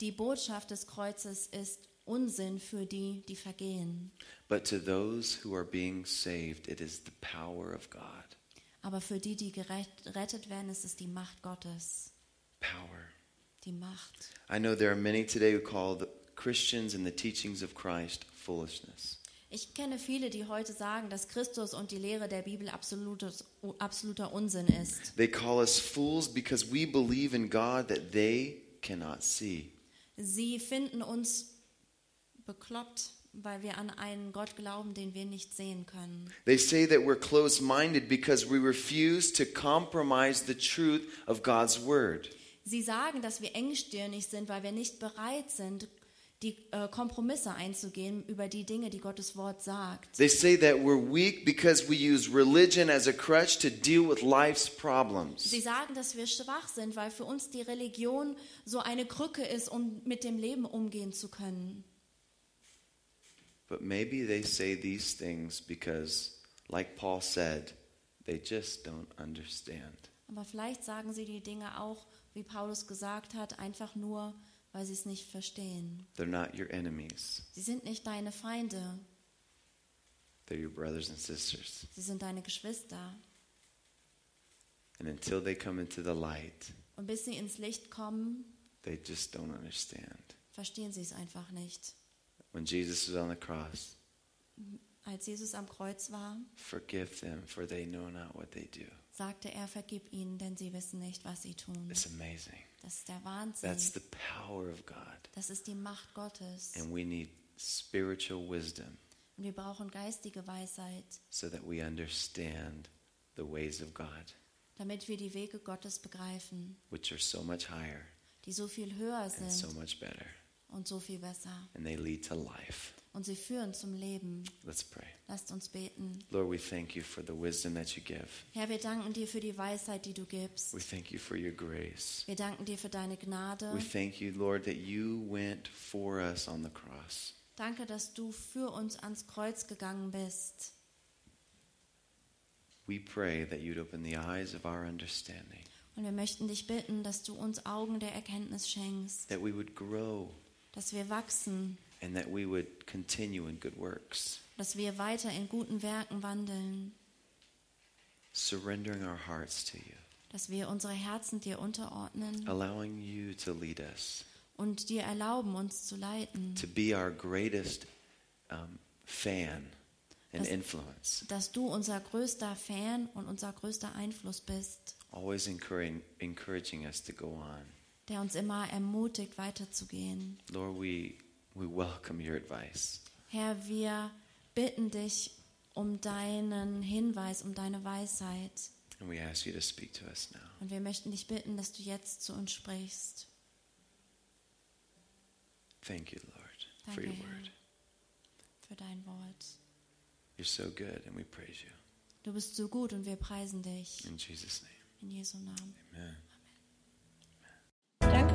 Speaker 3: Die Botschaft des Kreuzes ist Unsinn für die, die vergehen.
Speaker 2: But to those who are being saved, it is the power of God.
Speaker 3: Aber für die, die gerecht- gerettet werden, ist es die Macht Gottes.
Speaker 2: Power.
Speaker 3: Die Macht.
Speaker 2: I know there are many today who call the Christians and the teachings of Christ foolishness.
Speaker 3: Ich kenne viele, die heute sagen, dass Christus und die Lehre der Bibel absolutes, absoluter Unsinn ist.
Speaker 2: They call us fools because we believe in God that they cannot see.
Speaker 3: Sie finden uns bekloppt, weil wir an einen Gott glauben, den wir nicht sehen können.
Speaker 2: They say that we're closed minded because we refuse to compromise the truth of God's word.
Speaker 3: Sie sagen, dass wir engstirnig sind, weil wir nicht bereit sind, die äh, Kompromisse einzugehen über die Dinge, die Gottes Wort sagt.
Speaker 2: They say that we're weak because we use religion as a crutch to deal with life's problems.
Speaker 3: Sie sagen, dass wir schwach sind, weil für uns die Religion so eine Krücke ist, um mit dem Leben umgehen zu können.
Speaker 2: But maybe they say these things because, like Paul said, they just don't understand.
Speaker 3: Aber vielleicht sagen sie die Dinge auch, wie Paulus gesagt hat, einfach nur, weil sie es nicht verstehen.
Speaker 2: They're not your enemies.
Speaker 3: Sie sind nicht deine Feinde.
Speaker 2: They're your brothers and sisters.
Speaker 3: Sie sind deine Geschwister.
Speaker 2: And until they come into the light,
Speaker 3: Und bis sie ins Licht kommen,
Speaker 2: they just don't understand.
Speaker 3: verstehen sie es einfach nicht.
Speaker 2: When Jesus was on the cross,
Speaker 3: Als Jesus am Kreuz war,
Speaker 2: forgive them, for they know not what they do.
Speaker 3: sagte er, vergib ihnen, denn sie wissen nicht, was sie tun.
Speaker 2: It's amazing.
Speaker 3: Das ist der Wahnsinn.
Speaker 2: That's the power of God.
Speaker 3: Das ist die Macht Gottes.
Speaker 2: And we need spiritual wisdom
Speaker 3: Und wir brauchen geistige Weisheit,
Speaker 2: so that we understand the ways of God,
Speaker 3: damit wir die Wege Gottes begreifen,
Speaker 2: which are so much higher
Speaker 3: die so viel höher
Speaker 2: and so
Speaker 3: sind
Speaker 2: much better.
Speaker 3: und so viel besser.
Speaker 2: And they lead to life.
Speaker 3: Und sie führen zum Leben.
Speaker 2: Let's pray.
Speaker 3: Lasst uns beten.
Speaker 2: Lord, we thank you for the wisdom that you give.
Speaker 3: Herr, wir danken dir für die Weisheit, die du gibst.
Speaker 2: We thank you for your grace.
Speaker 3: Wir danken dir für deine Gnade.
Speaker 2: We thank you, Lord, that you went for us on the cross.
Speaker 3: Danke, dass du für uns ans Kreuz gegangen bist.
Speaker 2: We pray that you'd open the eyes of our understanding,
Speaker 3: Und wir möchten dich bitten, dass du uns Augen der Erkenntnis schenkst,
Speaker 2: that we would grow,
Speaker 3: dass wir wachsen,
Speaker 2: and that we would continue in good works,
Speaker 3: dass wir weiter in guten Werken wandeln,
Speaker 2: surrendering our hearts to you,
Speaker 3: dass wir unsere Herzen dir unterordnen
Speaker 2: allowing you to lead us,
Speaker 3: und dir erlauben, uns zu leiten,
Speaker 2: to be our greatest um, fan and
Speaker 3: That's-
Speaker 2: influence,
Speaker 3: dass du unser größter Fan und unser größter Einfluss bist,
Speaker 2: always encouraging, encouraging us to go on.
Speaker 3: der uns immer ermutigt, weiterzugehen.
Speaker 2: Lord, we, we welcome your advice.
Speaker 3: Herr, wir bitten dich um deinen Hinweis, um deine Weisheit.
Speaker 2: And we ask you to speak to us now.
Speaker 3: Und wir möchten dich bitten, dass du jetzt zu uns sprichst.
Speaker 2: Thank you, Lord, for your
Speaker 3: Danke, Herr,
Speaker 2: word.
Speaker 3: für dein Wort.
Speaker 2: You're so good, and we praise you.
Speaker 3: Du bist so gut und wir preisen dich.
Speaker 2: In Jesus' name,
Speaker 3: In Jesu Namen.
Speaker 2: amen.
Speaker 5: Danke